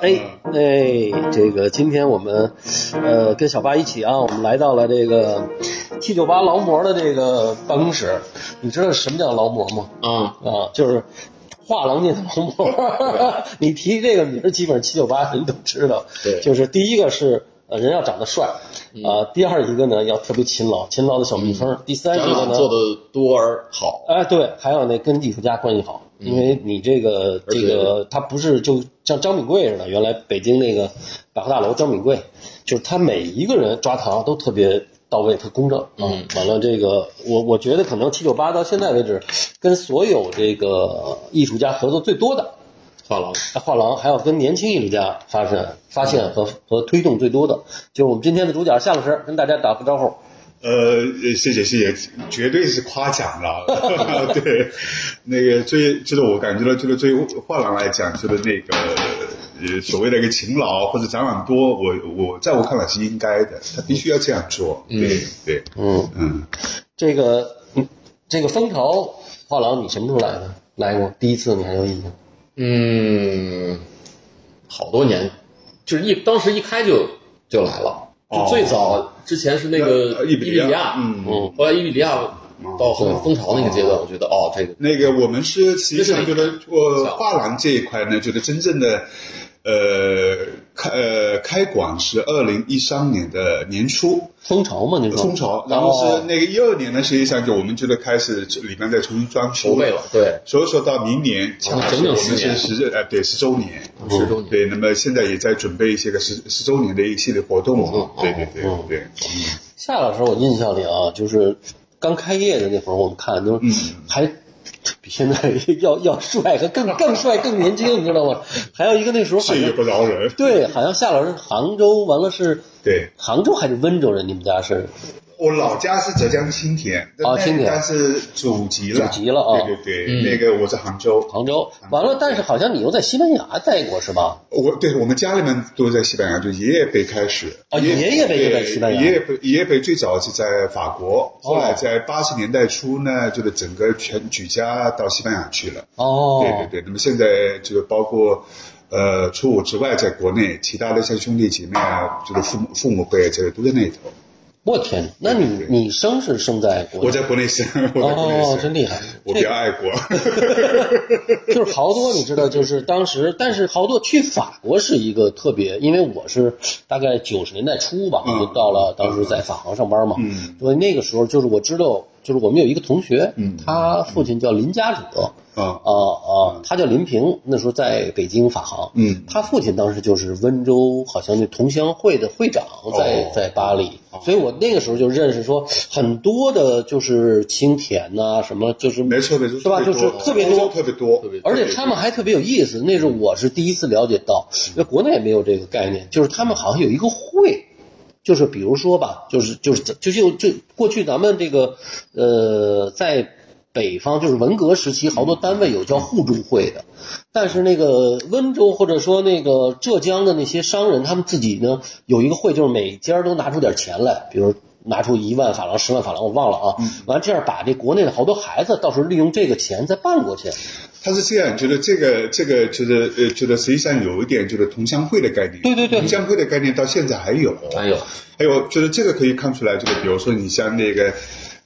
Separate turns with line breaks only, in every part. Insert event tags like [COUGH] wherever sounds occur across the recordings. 哎
嗯
哎，这个今天我们，呃，跟小八一起啊，我们来到了这个 T 九八劳模的这个办公室。你知道什么叫劳模吗？
啊，
啊，就是画廊界的劳模。 [LAUGHS] 你提这个名儿，基本上七九八人都知道。
对嗯
就是第一个是呃人要长得帅，啊、第二一个呢要特别勤劳，勤劳的小蜜蜂。第三一
展
个
览
呢，
做的多而好，
哎，对，还有那跟艺术家关系好，因为你这个
嗯而
这
且
个他不是就像张炳贵似的，原来北京那个百货大楼张炳贵，就是他每一个人抓糖都特别。到位，特公正啊！
嗯
完了，这个我我觉得可能七九八到现在为止，跟所有这个呃艺术家合作最多的，
画廊
画廊还要跟年轻艺术家发现、发现和和推动最多的，就是我们今天的主角夏老师，跟大家打个招呼。
呃，谢谢谢谢，绝对是夸奖了。 [LAUGHS] 对，那个最就是我感觉到，就是对于画廊来讲，就是那个呃所谓的一个勤劳或者展览多，我我在我看来是应该的，他必须要这样做。对对，
嗯，
嗯，
这个嗯这个蜂巢画廊，你什么时候来的？来过第一次，你还有印象？
嗯，好多年，就是一当时一开就就来了，就
哦
最早之前是那
那
个
伊比
比
利亚
利亚，
嗯
嗯
后来伊比利亚到很蜂巢那个阶段，我觉得哦，这个
那个我们是实际上
这
就是是呃画廊这一块呢，就是真正的呃开呃开馆是二零一三年的年初，
蜂巢嘛，你说
蜂巢，然后
哦
是那个一二年呢，实际上就我们就得开始里面再重新装修
筹备了，对，
所以说到明年，恰好是
整整
我
十
们
年
是十呃对十周年，
十周年，
对，那么现在也在准备一些个十十周年的一系列活动啊，对对对
嗯
对，
夏老师，我印象里啊，就是刚开业的那会儿，我们看就是
嗯
还。比现在 [LAUGHS] 要要帅和更更帅更年轻，你知道吗？还有一个那时候好
岁月
像
不饶人，
对，好像夏老师杭州完了是
对。
杭州还是温州人？你们家是
我老家是浙江青田，
哦青田
但是祖籍了，
祖籍了啊
对对
嗯
对，那个我是杭州，
杭州，完了，但是好像你又在西班牙待过是吧？
我对我们家里面都在西班牙，就爷爷辈开始。
哦爷爷辈就在
对
西班牙
爷爷辈爷爷辈最早是在法国，后来
哦
在八十年代初呢，就是整个全举家到西班牙去了。
哦，
对对对，那么现在就是包括。呃，除我之外，在国内其他的像兄弟姐妹啊，就是父母父母辈，这个都在那头。
我天，那你
对对
你生是生在国
我
内？
在国内 [LAUGHS] 生，我在国内生，
哦，真厉害！
[LAUGHS] 我比较爱国。
就是豪多，你知道，就是当时，但是豪多去法国是一个特别，因为我是大概九十年代初吧，
嗯
就到了当时在法航上班嘛，
嗯
所以那个时候就是我知道，就是我们有一个同学，
嗯
他父亲叫林家主，
啊
啊啊，他叫林平，那时候在北京法航，
嗯
他父亲当时就是温州好像那同乡会的会长在，在
哦
巴黎，所以我那个时候就认识说很多的，就是青田呐、什么，就是
没错没错，
是吧？就是特别
欧
多
洲，特别多，
特别
而且他们还特别有意思，那是我是第一次了解到，因为国内也没有这个概念，就是他们好像有一个会，就是比如说吧，就是就是就就就过去咱们这个呃在。北方就是文革时期，好多单位有叫互助会的，但是那个温州或者说那个浙江的那些商人，他们自己呢有一个会，就是每家都拿出点钱来，比如拿出一万法郎、十万法郎，我忘了啊。完这样把这国内的好多孩子，到时候利用这个钱再办过去。
他是这样，觉得这个这个觉得呃觉得实际上有一点就是同乡会的概念，
对对对
同乡会的概念到现在还有，
还有
还有就是这个可以看出来，就是比如说你像那个。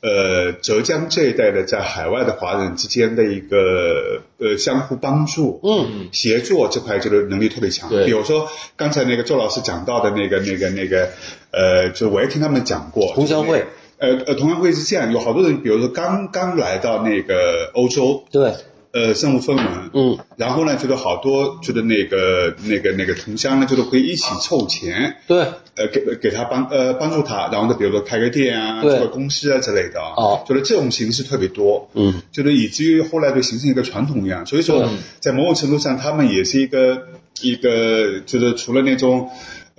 呃，浙江这一带的在海外的华人之间的一个呃相互帮助，
嗯，
协作这块就是能力特别强。
对
比如说刚才那个周老师讲到的那个那个那个，呃，就我也听他们讲过
同乡会，
就是那个呃呃，同乡会是这样，有好多人，比如说刚刚来到那个欧洲，
对，
呃身无分文，
嗯，
然后呢，觉得好多觉得那个那个那个同乡呢，就是会一起凑钱，
对，
呃，给给他帮呃帮助他，然后呢，比如说开个店啊，
对
做个公司啊之类的啊，
哦
就是这种形式特别多，
嗯，
就是以至于后来就形成一个传统一样，所以说在某种程度上，他们也是一个一个就是除了那种。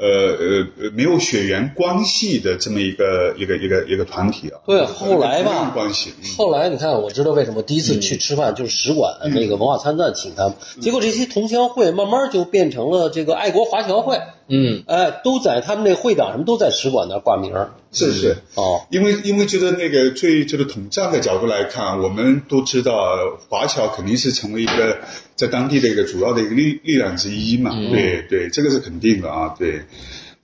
呃呃呃，没有血缘关系的这么一个一个一个一个团体啊。
对
就是
后来吧
没有关系，嗯
后来你看，我知道为什么第一次去吃饭就是使馆嗯那个文化参赞请他们，结果这些同乡会慢慢就变成了这个爱国华侨会，
嗯，
哎，都在他们那会长什么都在使馆那儿挂名儿
是是。
哦，
因为因为觉得那个最就是统战的角度来看，我们都知道华侨肯定是成为一个在当地的一个主要的一个力力量之一嘛，对对，这个是肯定的啊，对。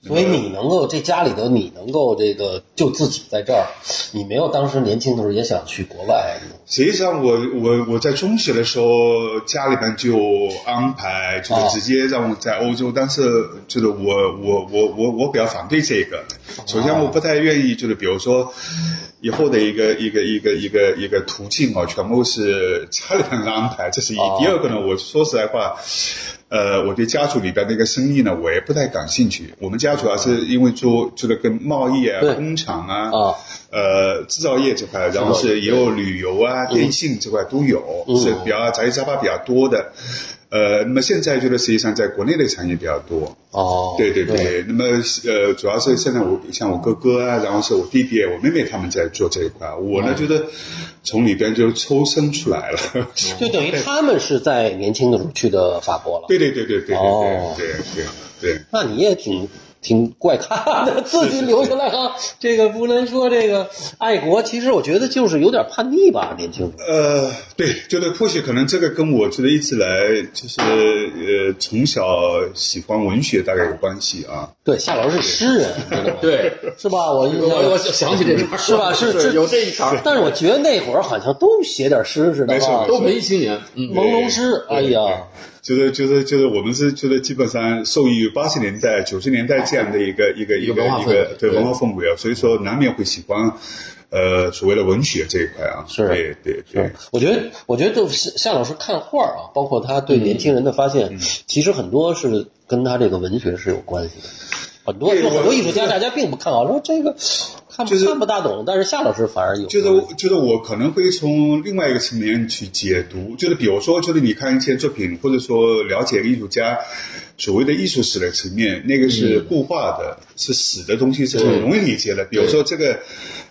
所以你能够这家里头，你能够这个就自己在这儿，你没有当时年轻的时候也想去国外，
实际上我，我我在中学的时候，家里面就安排，就是直接让我在欧洲，但是就是我我我我我比较反对这个。首先，我不太愿意，就是比如说以后的一个一个一个一个一个途径哦，全部是家里面的安排，这是一。
哦
第二个呢，我说实在话。呃，我对家族里边那个生意呢，我也不太感兴趣。我们家主要是因为做就是跟贸易啊
对、
工厂
啊，
呃，制造业这块，然后是也有旅游啊、
嗯
电信这块都有，是比较杂七杂八比较多的。呃，那么现在就是实际上在国内的产业比较多，
哦，
对对对。那么呃，主要是现在我像我哥哥啊，然后是我弟弟、我妹妹他们在做这一块，我
哦
呢觉得从里边就抽身出来了。
就等于他们是在年轻的时候去的法国了，
[LAUGHS] 对对对对对对
哦
对对对对。
那你也挺挺怪咖 [LAUGHS] 的，自己留下来啊，这个不能说这个爱国，其实我觉得就是有点叛逆吧，年轻人。
呃，对，就是或许可能这个跟我觉得一直来就是呃从小喜欢文学大概有关系啊。
对，夏老师是诗人，你知道吗
对，
是吧？我印
我我
象
想起这茬儿
是吧？是是
有这一茬儿，
但是我觉得那会儿好像都写点诗似的，
没错
啊
都文艺青年，嗯，
朦胧诗。哎呀，
就是就是就是我们是就是基本上受益于八十年代九十年代这样的一个一个一个
文化
一
氛
个
围
对
对
文化氛围啊，所以说难免会喜欢呃所谓的文学这一块啊，
是
对对对，
我觉得，我觉得就夏夏老师看画儿啊，包括他对年轻人的发
嗯
现，其实很多是跟他这个文学是有关系的。很多
对
就
我
很多艺术家，大家并不看好，说这个看不、
就是
看不大懂，但是夏老师反而有。
就是我就是我可能会从另外一个层面去解读，就是比如说，就是你看一件作品，或者说了解艺术家所谓的艺术史的层面，那个是固化的，是死的东西是很容易理解的。比如说这个。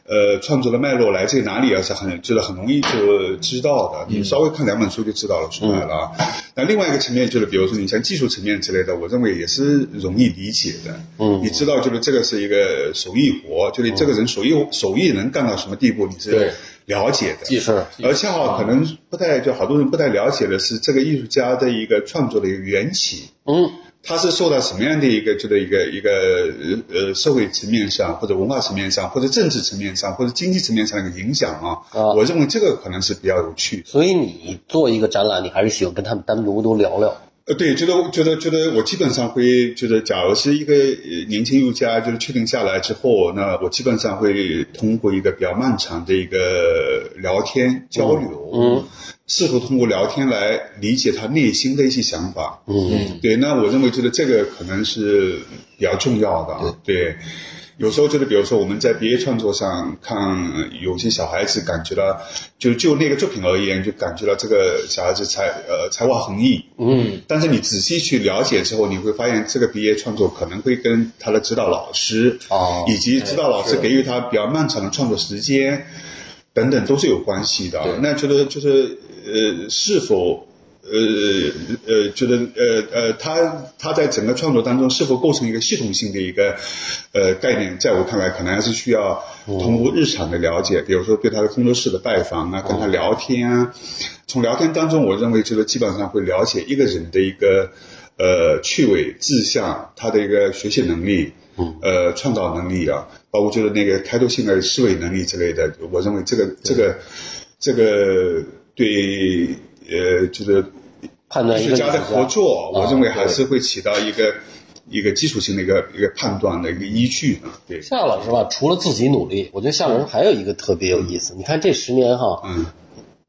呃，创作的脉络来自于哪里，而啊是很就是很容易就知道的。你稍微看两本书就知道了出来了啊。那另外一个层面就是，比如说你像技术层面之类的，我认为也是容易理解的。
嗯
你知道，就是这个是一个手艺活，就是这个人手艺、手艺能干到什么地步，你
对
是了解的。
技术
是
而恰
啊
好可能不太，就好多人不太了解的是这个艺术家的一个创作的一个缘起，
嗯，
他是受到什么样的一个，就是一个一个呃呃社会层面上，或者文化层面上，或者政治层面上，或者经济层面上的一个影响啊。
啊
我认为这个可能是比较有趣的。
所以你做一个展览，你还是喜欢跟他们单独都聊聊。
呃，对，觉得觉得觉得我基本上会觉得，假如是一个呃年轻艺术家，就是确定下来之后，那我基本上会通过一个比较漫长的一个聊天交流，
嗯
试图通过聊天来理解他内心的一些想法。
嗯，
对，那我认为就是这个可能是比较重要的啊。对，有时候就是比如说我们在毕业创作上看，呃有些小孩子感觉到，就就那个作品而言，就感觉到这个小孩子才呃才华横溢。
嗯，
但是你仔细去了解之后，你会发现这个毕业创作可能会跟他的指导老师
哦
以及指导老师
哎是
给予他比较漫长的创作时间等等都是有关系的啊
对。
那觉得就是呃，是否呃呃觉得呃呃，他他在整个创作当中是否构成一个系统性的一个呃概念，在我看来，可能还是需要通过日常的了解，比如说对他的工作室的拜访啊，跟他聊天啊。从聊天当中，我认为就是基本上会了解一个人的一个呃趣味、志向，他的一个学习能力，
嗯，
呃，创造能力啊，包括就是那个开拓性的思维能力之类的。我认为这个这个这个对呃，就是
判断
艺
一
术
个
家的
艺术
合作，
啊
我认为还是会起到一个。一个基础性的一个一个判断的一个依据呢，对，
夏老师吧，除了自己努力，我觉得夏老师还有一个特别有意思。你看这十年哈，
嗯，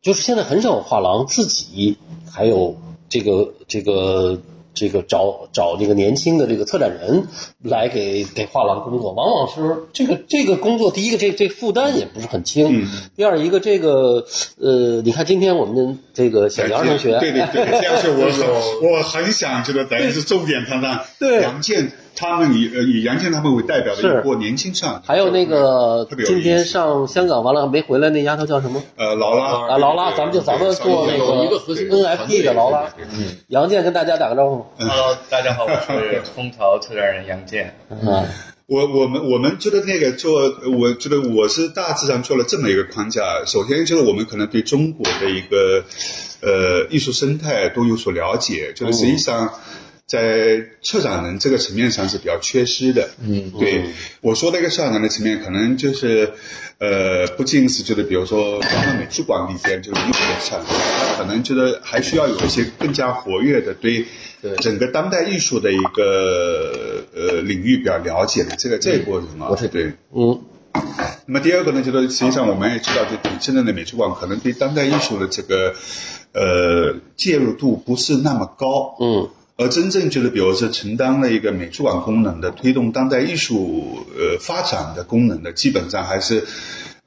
就是现在很少有画廊自己还有这个这个这个找找这个年轻的这个策展人来给给画廊工作，往往是这个这个工作，第一个这这负担也不是很轻，第二一个这个呃，你看今天我们这个小杨同学， [LAUGHS]
对对对，这样是我很我很想觉得等于是重点谈谈
对
杨建他们以呃以杨倩他们为代表的
是
一波年轻上，
还有那个
特别有
今
意
天
思
上香港完了没回来那丫头叫什么？
呃劳拉
啊劳拉
对
咱们就咱们
对
做那
有一
个
个核心
NFP 的劳拉，
嗯，
杨健跟大家打个招呼。
Hello，大家好，我是蜂巢策展人杨健。
嗯，
我我们我们觉得那个做，我觉得我是大致上做了这么一个框架。首先就是我们可能对中国的一个呃艺术生态都有所了解，就是实际上在策展人这个层面上是比较缺失的。
嗯，
对，我说那个策展人的层面，可能就是呃，不仅是就是比如说咱们美术馆里边就是艺术的策展人，他可能觉得还需要有一些更加活跃的对呃
对
整个当代艺术的一个呃领域比较了解的这个这个过程啊，
我是
对。
嗯，
那么第二个呢，就是实际上我们也知道，就现在的美术馆可能对当代艺术的这个呃介入度不是那么高，
嗯，
而真正就是比如说承担了一个美术馆功能的推动当代艺术呃发展的功能的，基本上还是。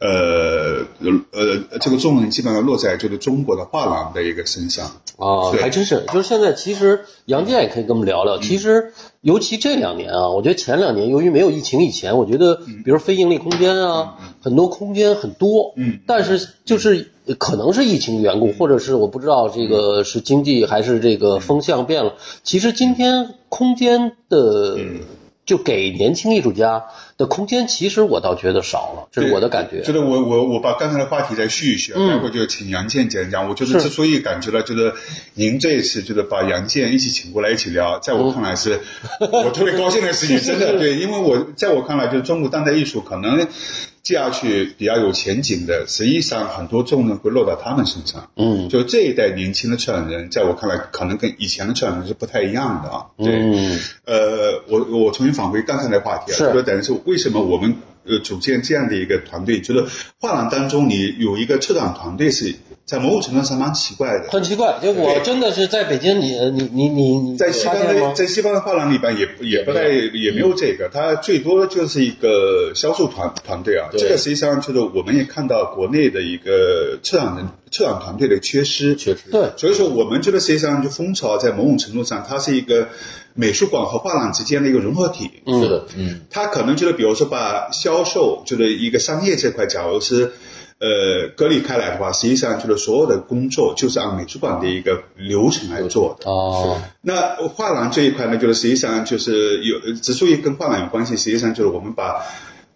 呃呃，这个重任基本上落在就是中国的画廊的一个身上。
啊，
对
还真是，就是现在其实杨健也可以跟我们聊聊。其实，尤其这两年啊，我觉得前两年由于没有疫情以前，我觉得比如非盈利空间啊，很多空间很多，
嗯，
但是就是呃可能是疫情的缘故，或者是我不知道这
嗯
个是经济还是这个风向变了。其实今天空间的
嗯
就给年轻艺术家的空间，其实我倒觉得少了，这是
对
我的感觉
就。是我我我把刚才的话题再续一续，啊，
嗯
待会儿就请杨健讲一讲。我就是
是
之所以感觉到，就是您这一次就是把杨健一起请过来一起聊，在我看来是
哦
[LAUGHS] 我特别高兴的事情，真
[LAUGHS]
的对，因为我在我看来，就是中国当代艺术可能接下去比较有前景的，实际上很多重任会落到他们身上。
嗯
就这一代年轻的策展人，在我看来，可能跟以前的策展人是不太一样的啊。对，
嗯
呃，我我重新返回刚才的话题啊，
是
就是等于是为什么我们呃组建这样的一个团队，就是画廊当中你有一个策展团队是在某种程度上蛮奇怪的。
很奇怪，就我真的是在北京你，你你你你
在西
发
方
现吗
的？在西方的画廊里边也也不太也没有这个，它最多就是一个销售团团队啊。
对
这个实际上就是我们也看到国内的一个策展人策展团队的缺失。
确实，
对，
所以说，我们觉得实际上就蜂巢在某种程度上，它是一个美术馆和画廊之间的一个融合体。
嗯
是的，嗯，
他可能就是比如说把销售就是一个商业这块，假如是呃隔离开来的话，实际上就是所有的工作就是按美术馆的一个流程来做的。
哦，
那画廊这一块呢，就是实际上就是有之所以跟画廊有关系，实际上就是我们把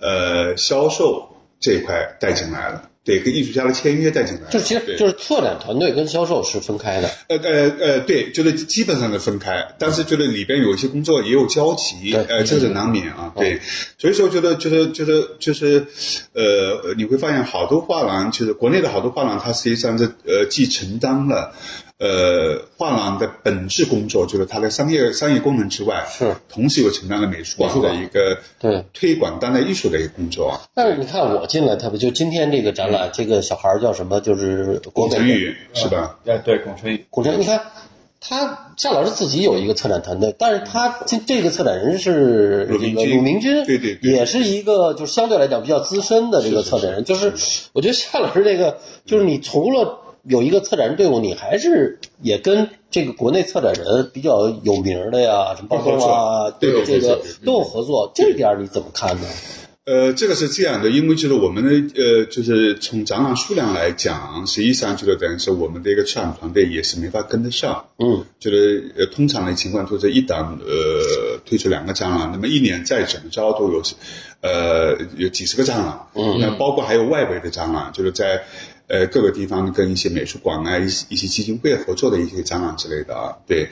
呃销售这一块带进来了。对，跟艺术家的签约带进来了，
就其实
对
就是策展团队跟销售是分开的，
呃呃呃，对，就是基本上是分开，但是觉得里边有一些工作也有交集，
对嗯
呃，这是难免啊，对，所以说觉得觉得觉得就是，呃，你会发现好多画廊，就是国内的好多画廊，它实际上是呃既承担了。呃，画廊的本质工作就是它的商业商业功能之外，
是
同时又承担了美术馆
美术
的
馆
一个
对
推广当代艺术的一个工作啊。
但是你看我进来，特别就今天这个展览，这个小孩儿叫什么？就是国
龚
美
晨宇
嗯
是吧？
哎，对，孔春雨。
古城，你看他夏老师自己有一个策展团队，但是他这这个策展人是
鲁
这
明
个
君
鲁明君，
对对对
也是一个就是相对来讲比较资深的这个策展人。就是我觉得夏老师这个，就是你除了有一个策展人队伍，你还是也跟这个国内策展人比较有名的呀，什么包括啊，
都有合作
这
对有
个
合作
都有合作，这点儿你怎么看呢？
呃，这个是这样的，因为就是我们的呃，就是从展览数量来讲，实际上就是等于说我们的一个策展团队也是没法跟得上。
嗯，
就是呃，通常的情况都是一档呃推出两个展览，那么一年再怎么着都有，呃，有几十个展览。嗯，那包括还有外围的展览，就是在呃各个地方跟一些美术馆啊、一些一些基金会合作的一些展览之类的啊。对，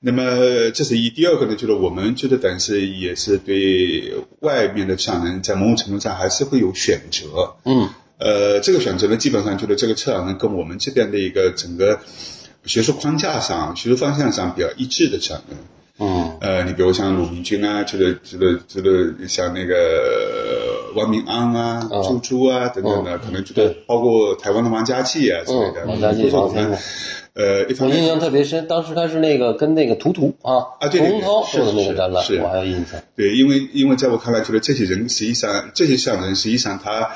那么这是一，第二个呢，就是我们觉得等于是也是对外面的上人在某种程度上还是会有选择。
嗯，
呃，这个选择呢，基本上就是这个策展人跟我们这边的一个整个学术框架上、学术方向上比较一致的策展人。
嗯
呃，你比如像鲁明君啊，就是就是就是像那个呃王明安啊、
嗯
朱朱啊等等的，可能觉得
哦对
包括台湾的王家骥啊之类的，
嗯王家骥
就是我们
王
呃一方
我印
面
象特别深，当时他是那个跟那个图图啊，
啊
屠
对对
洪涛
是
做的那
是
个展览
是，
我还有印象。
对，因为因为在我看来，觉得这些人实际上这些像人实际上他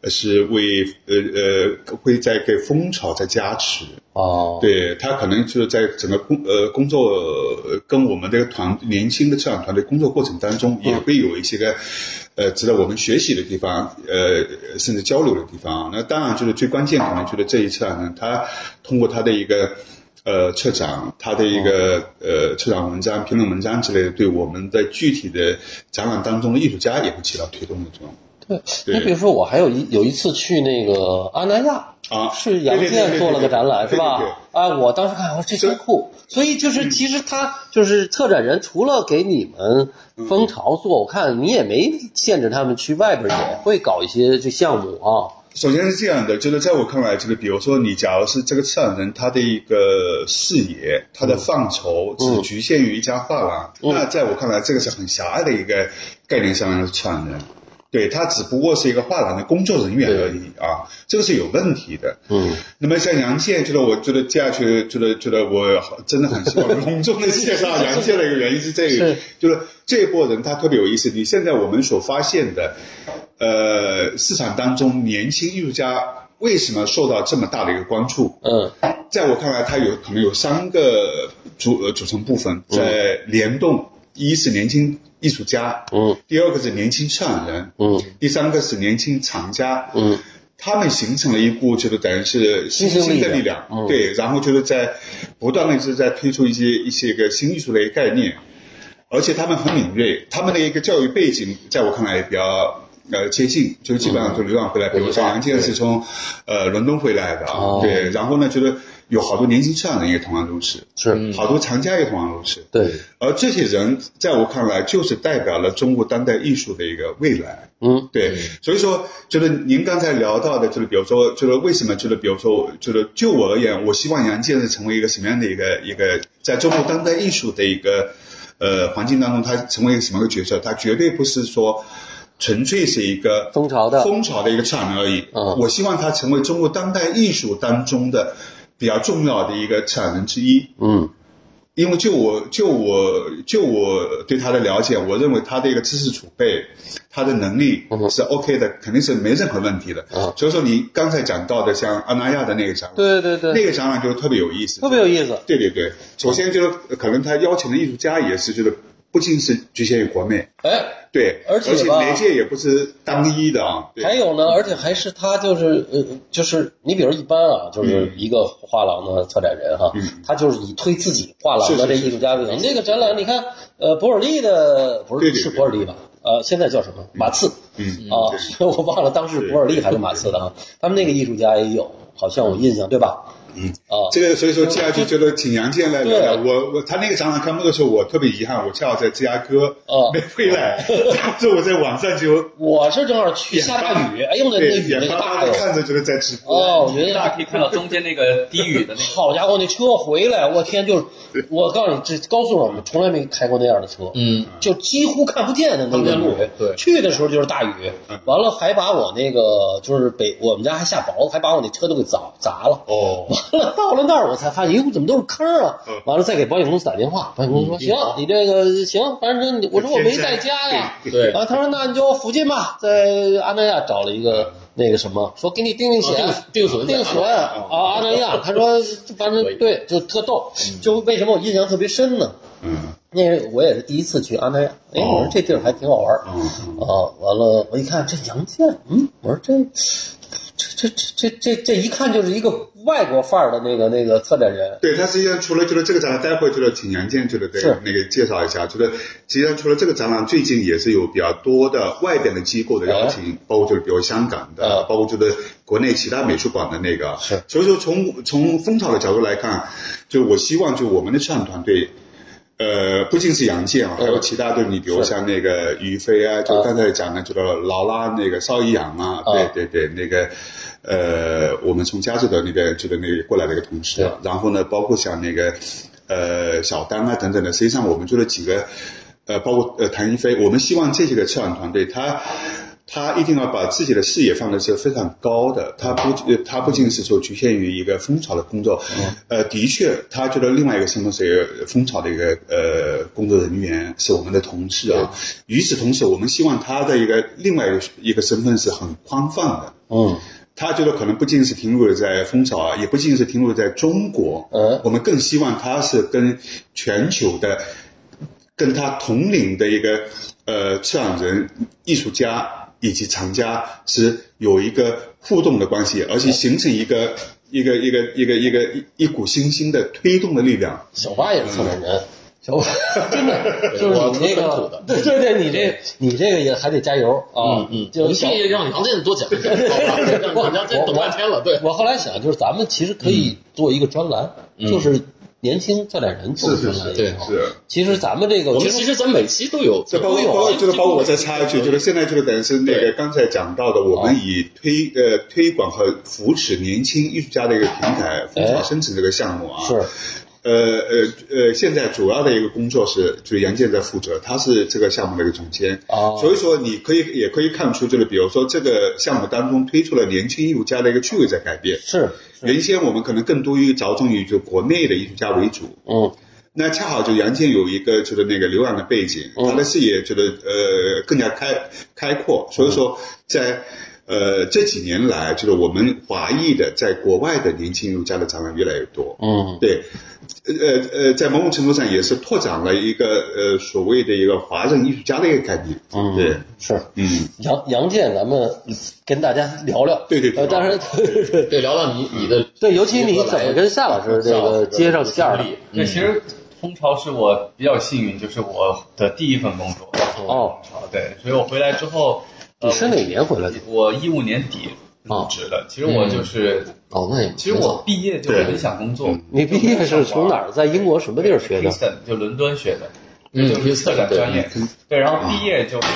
呃是为呃呃会在给蜂巢在加持。
哦，
对他可能就是在整个工呃工作呃跟我们这个团年轻的策展团队工作过程当中，也会有一些
嗯
个呃值得我们学习的地方，呃甚至交流的地方。那当然就是最关键，可能觉得这一次呢，他通过他的一个。呃，策展他的一个、
嗯
呃策展文章、评论文章之类的，对我们在具体的展览当中的艺术家也会起到推动的作用。
你比如说，我还有一有一次去那个阿那亚，
啊，
是杨
对对对
建
对
做了个展览，是
对对
吧
对？
啊，我当时看，我说这真酷。所以就是，其实他就是策展人，除了给你们
嗯
蜂巢做，我看你也没限制他们去外边也会搞一些这项目啊。
首先是这样的，就是在我看来，就是比如说你假如是这个策展人，他的一个视野，他的范畴只局限于一家画廊，那在我看来，这个是很狭隘的一个概念上的策展人。对他只不过是一个画廊的工作人员而已啊，这个是有问题的。
嗯，
那么像杨健，就是我觉得接下去，觉得觉得我真的很希望隆重的介绍杨健的一个原因是这个
是，
就是这一波人他特别有意思。你现在我们所发现的，呃，市场当中年轻艺术家为什么受到这么大的一个关注？
嗯
在我看来，它有可能有三个组呃组成部分在联动：一是年轻艺术家，
嗯
第二个是年轻策展人，
嗯
第三个是年轻厂家，
嗯，
他们形成了一股就是等于是新
新生
兴的
力
力
量
量，
嗯
对，然后就是在不断的就是在推出一些一些个新艺术的概念，而且他们很敏锐，他们的一个教育背景，在我看来也比较。呃，接近就是基本上就流浪回来，比如说杨健是从呃伦敦回来的
哦
啊，对，然后呢，觉得有好多年轻策展人也同样如此，
是，
好多藏家也同样如此，
对，
而这些人在我看来就是代表了中国当代艺术的一个未来，
嗯
对，所以说就是您刚才聊到的，就是比如说，就是为什么，就是比如说，就是就我而言，我希望杨建是成为一个什么样的一个一个，在中国当代艺术的一个呃环境当中，他成为一个什么样的角色？他绝对不是说纯粹是一个
蜂巢的
蜂巢的一个产而已。
嗯
我希望他成为中国当代艺术当中的比较重要的一个产人之一。
嗯
因为就我就我就我对他的了解，我认为他的一个知识储备，他的能力是 OK 的，肯定是没任何问题的。
嗯
所以说你刚才讲到的像阿那亚的那个展览，
对对对
那个展览就是特别有意思，
特别有意思。
对对对，首先就是可能他邀请的艺术家也是，就是不仅是局限于国内，
哎，
对，
而
而
且吧
媒介也不是单一的啊。对
还有呢，而且还是他就是呃，就是你比如一般啊，
嗯
就是一个画廊的策展人哈，他就是以推自己画廊的这
是是是
艺术家为主。你这个展览，你看，呃，博尔利的不是
对对对
是博尔利吧？呃，现在叫什么？马刺
嗯
啊， [LAUGHS] 我忘了当时博尔利还是马刺的啊。他们那个艺术家也有，好像我印象对吧？
嗯
啊，
这个所以说接下去就是请杨健来聊聊。
对
我我他那个展览开幕的时候，我特别遗憾，我恰好在芝加哥
哦
没回
[LAUGHS]
来，这、我在网上就
我是正好去下大雨，哎呦那那
对
雨
眼
那
巴
大
巴的
哟，
看着就是在直播。
哦，云
大家可以看到中间那个低语的那个，
好家伙，那车回来，我天， [LAUGHS] 就是我告诉你，这高速上我们从来没开过那样的车，
嗯，
就几乎看不见的那个路。嗯
对
去的时候就是大雨，完了还把我那个就是北我们家还下雹，还把我那车都给砸砸了。
哦，
完了到了那儿我才发现，哎哟，怎么都是坑啊
嗯！
完了再给保险公司打电话，保险公司说行，你这个行，反正你我说我没在家呀。
嗯
对
啊，他说那你就附近吧，在阿那亚找了一个那个什么，说给你定定险
哦，定定损
定损啊，阿那亚，他说反正对，就特逗，就为什么我印象特别深呢？
嗯
那我也是第一次去阿那亚，哎，我说这地儿还挺好玩儿啊。
嗯，
完了，我一看这杨建，嗯，我说这。这这这这这这一看就是一个外国范儿的那个那个策展人，
对，他实际上除了就是这个展览，待会就是请杨健就是对
是
那个介绍一下，就是实际上除了这个展览，最近也是有比较多的外边的机构的邀请，包括就是比如香港的
嗯，
包括就是国内其他美术馆的那个。
是
所以说从从蜂巢的角度来看，就我希望就我们的策展团队。呃，不仅是杨健啊，还有其他，就是你比如像那个于飞啊，就刚才讲的，就是劳拉那个邵逸阳啊，
嗯
对对对，那个呃，我们从加州的那个就是那个过来的一个同事啊，然后呢，包括像那个呃小丹啊等等的，实际上我们做了几个呃，包括呃谭一飞，我们希望这些个策展团队他。他一定要把自己的视野放的是非常高的，他不，呃他不仅是受局限于一个蜂巢的工作，呃，的确，他觉得另外一个身份是一个蜂巢的一个呃工作人员，是我们的同事啊。与此同时，我们希望他的一个另外一个一个身份是很宽泛的，
嗯
他觉得可能不仅是停留在蜂巢啊，也不仅是停留在中国，
嗯
我们更希望他是跟全球的、跟他同龄的一个呃策展人、艺术家以及藏家是有一个互动的关系，而
哦
且形成一个一个一个一个一个一一股新兴的推动的力量。
小八也是策展人，小八真的就是你那
我很土
个
的，嗯
对对对，你这你这个也还得加油啊，
我
就
们
是小
建议让杨建多讲一讲，好吧让杨建等半天了，对，
我后来想，就是咱们其实可以做一个专栏，就是年轻策展人做的专栏。
是是是
是。
其实咱们这个
我们其实咱每期都有，
这包括
都有啊啊
包括就是包括我再插一句，就是现在就是等于是那
对
个刚才讲到的，我们
哦
以推呃推广和扶持年轻艺术家的一个平台“蜂巢生成”这个项目啊，
哎是
呃呃呃，现在主要的一个工作是就是杨健在负责，他是这个项目的一个总监，
啊，
所以说你可以也可以看出，就是比如说这个项目当中推出了年轻艺术家的一个趣味在改变，
是
原先我们可能更多于着重于就国内的艺术家为主，
嗯
那恰好就杨健有一个就是那个留洋的背景，
嗯
他的视野觉得呃更加开开阔，所以
嗯
说在呃这几年来，就是我们华裔的在国外的年轻艺术家的展览越来越多，
嗯
对，呃呃，在某种程度上也是拓展了一个呃所谓的一个华人艺术家的一个概念，
嗯，
对，
是
嗯，
杨杨健，咱们跟大家聊聊。
对对对
呃，当然对对
对，聊聊你你的
[LAUGHS] 对，尤其你怎么跟夏老师这个接上线儿的？
[LAUGHS] 对，其实蜂巢是我比较幸运，就是我的第一份工作。
哦，
蜂巢对，所以我回来之后，
你
呃
是哪年回来的？
我一五年底入职的。其实我就是，
哦，那也
其实我毕业就很想工作。
嗯你毕业是从哪儿？在英国什么地儿学的？
Kingston 就伦敦学的，
嗯
就是策展专业。对，然
嗯
后毕业就是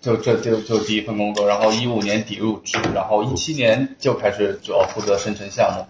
就这就就第一份工作，然后一五年底入职，然后一七年就开始主要负责生成项目。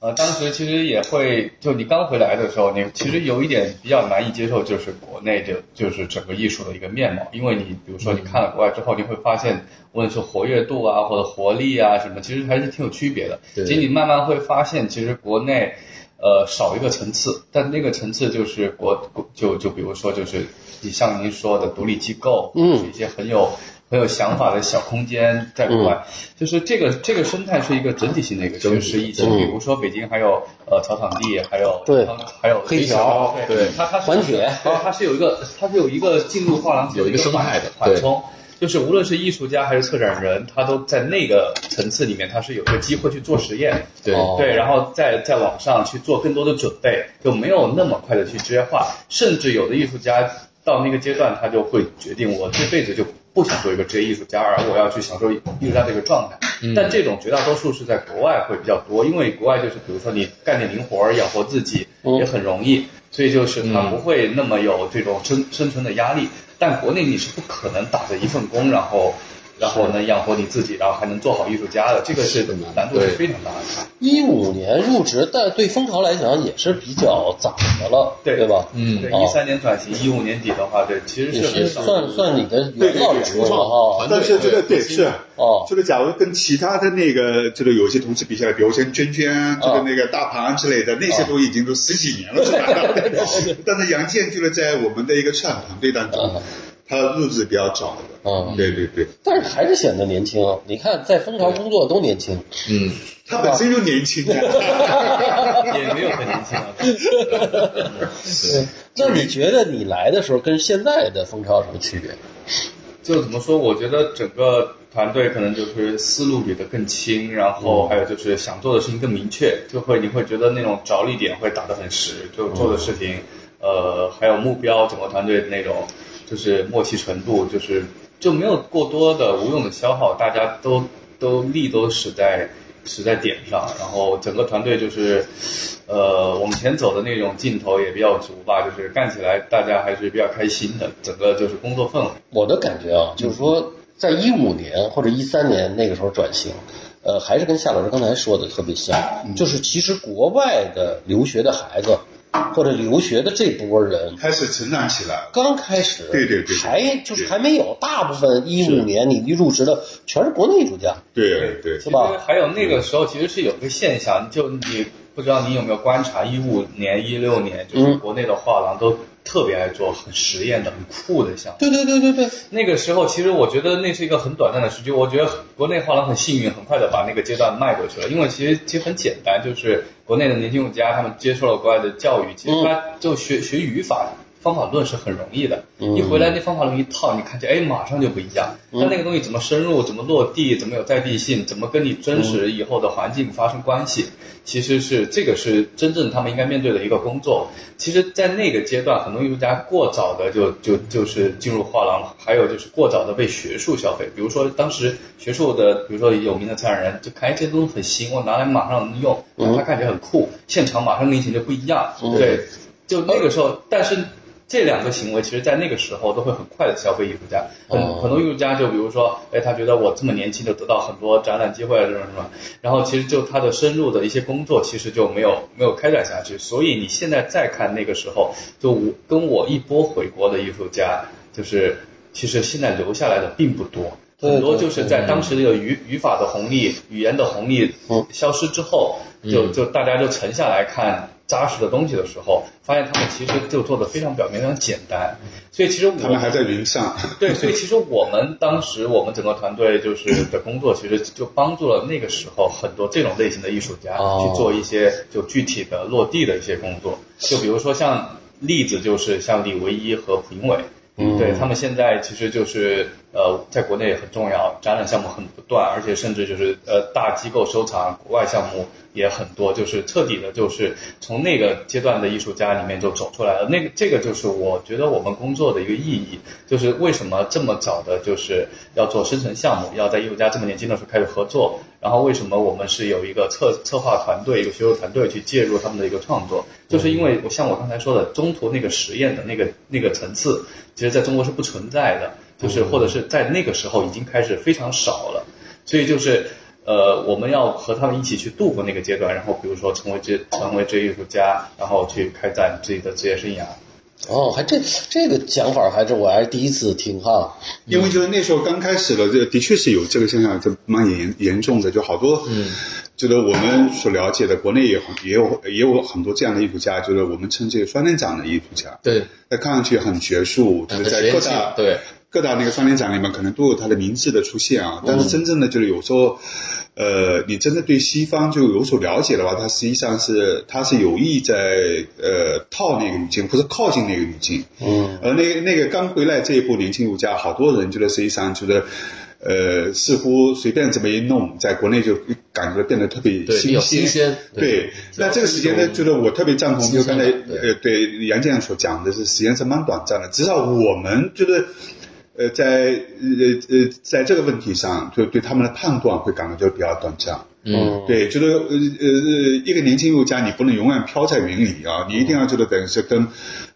呃，当时其实也会，就你刚回来的时候，你其实有一点比较难以接受，就是国内的，就是整个艺术的一个面貌，因为你比如说你看了国外之后，你会发现，无论是活跃度啊，或者活力啊什么，其实还是挺有区别的。
对
其实你慢慢会发现，其实国内呃少一个层次，但那个层次就是国国就就比如说就是你像您说的独立机构，
嗯
是一些很有很有想法的小空间在国外，就是这个这个生态是一个整体性的一个趋势，以及
嗯
比如说北京还有呃草场地，还有
对
还有
黑桥
对它它是
环铁
然后它是有一个它是有一个进入画廊
有一个生态的
缓
对
冲。就是无论是艺术家还是策展人，他都在那个层次里面，他是有一个机会去做实验，
对
哦
对，然后在在网上去做更多的准备，就没有那么快的去职业化，甚至有的艺术家到那个阶段，他就会决定我这辈子就不想做一个职业艺术家，而我要去享受艺术家的一个状态。
嗯
但这种绝大多数是在国外会比较多，因为国外就是比如说你干点零活儿养活自己
哦
嗯
也很容易，所以就是
嗯
他不会那么有这种生生存的压力。但国内你是不可能打着一份工，然后。然后能养活你自己，然后还能做好艺术家的，这个是
是的嘛
难度是
对
非常大的。
一五年入职，但对蜂巢来讲也是比较早的了，
对
对吧？
嗯
对，
哦
一三年转型，一五年底的话，对，其实
也
是
是
很少。
算算你的元老人物
初创
了啊
团队
但是这个对
对
是。
哦，
就是假如跟其他的那个，就是有些同事比起来，比如像娟娟，
哦
就是那个大盘之类的，那些都已经都十几
[LAUGHS]
年了，是吧？但是杨健就是在我们的一个策展团队当中，他入职比较早的，
嗯，
对对对，
但是还是显得年轻。你看，在蜂巢工作都年轻，
嗯，
他本身就年轻啊，
[LAUGHS]
也没有很年轻啊。
对。那你觉得你来的时候跟现在的蜂巢有什么区别？
就怎么说？我觉得整个团队可能就是思路捋得更清，然后还有就是想做的事情更明确，就会你会觉得那种着力点会打得很实，就做的事情，呃，还有目标，整个团队的那种就是默契程度，就是就没有过多的无用的消耗，大家都都力都使在使在点上，然后整个团队就是，呃，往前走的那种劲头也比较足吧，就是干起来大家还是比较开心的，整个就是工作氛围。
我的感觉啊，就是说，在一五年或者一三年那个时候转型，呃，
嗯
还是跟夏老师刚才说的特别像，就是其实国外的留学的孩子，或者留学的这波人，
开始成长起来了。
刚开始，
对对对对
还就是
对
还没有，大部分一五年你一入职的全是国内艺术家，
对对，
是吧？
还有那个时候其实是有一个现象，就你不知道你有没有观察，一五年、一六年，就是
嗯
国内的画廊都特别爱做很实验的、很酷的项目。
对对对对对，
那个时候，其实我觉得那是一个很短暂的时期。我觉得国内画廊很幸运，很快的把那个阶段迈过去了。因为其实其实很简单，就是国内的年轻艺术家他们接受了国外的教育，
嗯
其实他就学学语法、方法论是很容易的。
嗯
一回来那方法论一套，你看见哎，马上就不一样。但那个东西怎么深入，怎么落地，怎么有在地性，怎么跟你真实以后的环境发生关系，其实是这个是真正他们应该面对的一个工作。其实，在那个阶段，很多艺术家过早的就就就是进入画廊，还有就是过早的被学术消费。比如说，当时学术的，比如说有名的策展人，就看哎这东西很新，我拿来马上能用，它看起来很酷，现场马上跟以前就不一样。对，就那个时候，但是这两个行为，其实在那个时候都会很快的消费艺术家。很、
哦
很多艺术家就比如说，哎，他觉得我这么年轻就得到很多展览机会啊，什么什么，然后其实就他的深入的一些工作，其实就没有没有开展下去。所以你现在再看那个时候，就我跟我一波回国的艺术家，就是其实现在留下来的并不多。
对
很多
对
就是在当时那个语语法的红利、语言的红利
嗯
消失之后，就就大家就沉下来看扎实的东西的时候，发现他们其实就做的非常表面、非常简单。所以其实我
他们还在云上，
对，所以其实我们当时我们整个团队就是的工作，其实就帮助了那个时候很多这种类型的艺术家
哦
去做一些就具体的落地的一些工作。就比如说像例子就是像李唯一和彭伟，对他们现在其实就是呃在国内也很重要，展览项目很不断，而且甚至就是呃大机构收藏，国外项目也很多，就是彻底的就是从那个阶段的艺术家里面就走出来了。那个这个就是我觉得我们工作的一个意义，就是为什么这么早的就是 [LAUGHS] 要做生成项目，要在艺术家这么年轻的时候开始合作，然后为什么我们是有一个策策划团队、一个学术团队去介入他们的一个创作，就是因为我像我刚才说的，中途那个实验的那个那个层次，其实在中国是不存在的，就是或者是在那个时候已经开始非常少了，所以就是。呃，我们要和他们一起去度过那个阶段，然后比如说成为这成为这艺术家，然后去开展自己的职业生涯。
哦，还这这个讲法还是我还是第一次听哈，
因为就是那时候刚开始了，这的确是有这个现象，就蛮严严重的，就好多，嗯，就是我们所了解的，国内也有也有也有很多这样的艺术家，就是我们称之为双年展的艺术家，
对，
那看上去很学术，就是在各大
对，
各大那个双年展里面，可能都有他的名字的出现
嗯
啊。但是真正的就是有时候，呃，你真的对西方就有所了解的话，它实际上是它是有意在呃套那个语境，或者靠近那个语境。嗯，而那个那个刚回来这一波年轻艺术家，好多人觉得实际上觉得。呃，似乎随便怎么一弄，在国内就感觉变得特别
对比
新
较
鲜。
新鲜对
对，那这个时间呢，
种
就是我特别赞同，
新
就刚才
鲜感对
呃，对杨建所讲的是，时间是蛮短暂的，至少我们觉得。呃，在呃呃，在这个问题上，就对他们的判断会感到就比较短暂。
嗯，
对，就是呃呃，一个年轻艺术家，你不能永远飘在云里啊，你一定要觉得等于是跟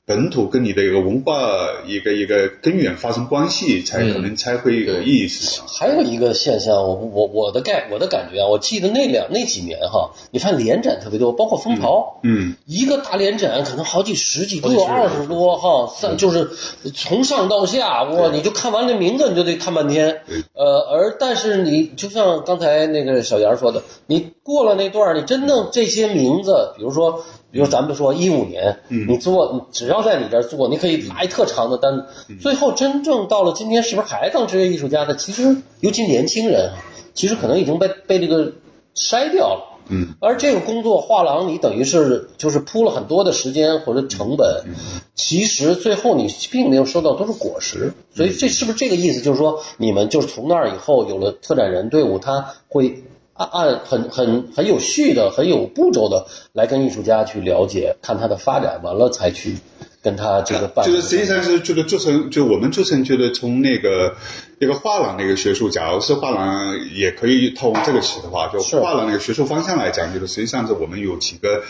本土、跟你的一个文化、一个一个根源发生关系，才可能才会有意思啊。
还有一个现象，我我我的概我的感觉啊，我记得那两那几年哈，你看联展特别多，包括蜂巢，
嗯，
一个大联展可能好几十几个、嗯二十多哈，三就是从上到下，哇，你就看完这名字你就得看半天，呃，而但是你就像刚才那个小杨说的，你过了那段儿，你真正这些名字，比如说。比如咱们说一五年，你做，你只要在你这儿做，你可以拿一特长的单子。最后真正到了今天，是不是还当职业艺术家的？其实，尤其年轻人啊，其实可能已经被被这个筛掉了。
嗯，
而这个工作画廊，你等于是就是铺了很多的时间或者成本，
嗯
其实最后你并没有收到都是果实。
嗯
所以这是不是这个意思？就是说，你们就是从那儿以后有了策展人队伍，他会按按很很很有序的、很有步骤的来跟艺术家去了解，看他的发展，完了才去跟他这个办。
啊就是实际上是觉得做成，就我们做成觉得从那个一个画廊那个学术，假如是画廊也可以套用这个词的话，就是画廊那个学术方向来讲，就是实际上是我们有几个。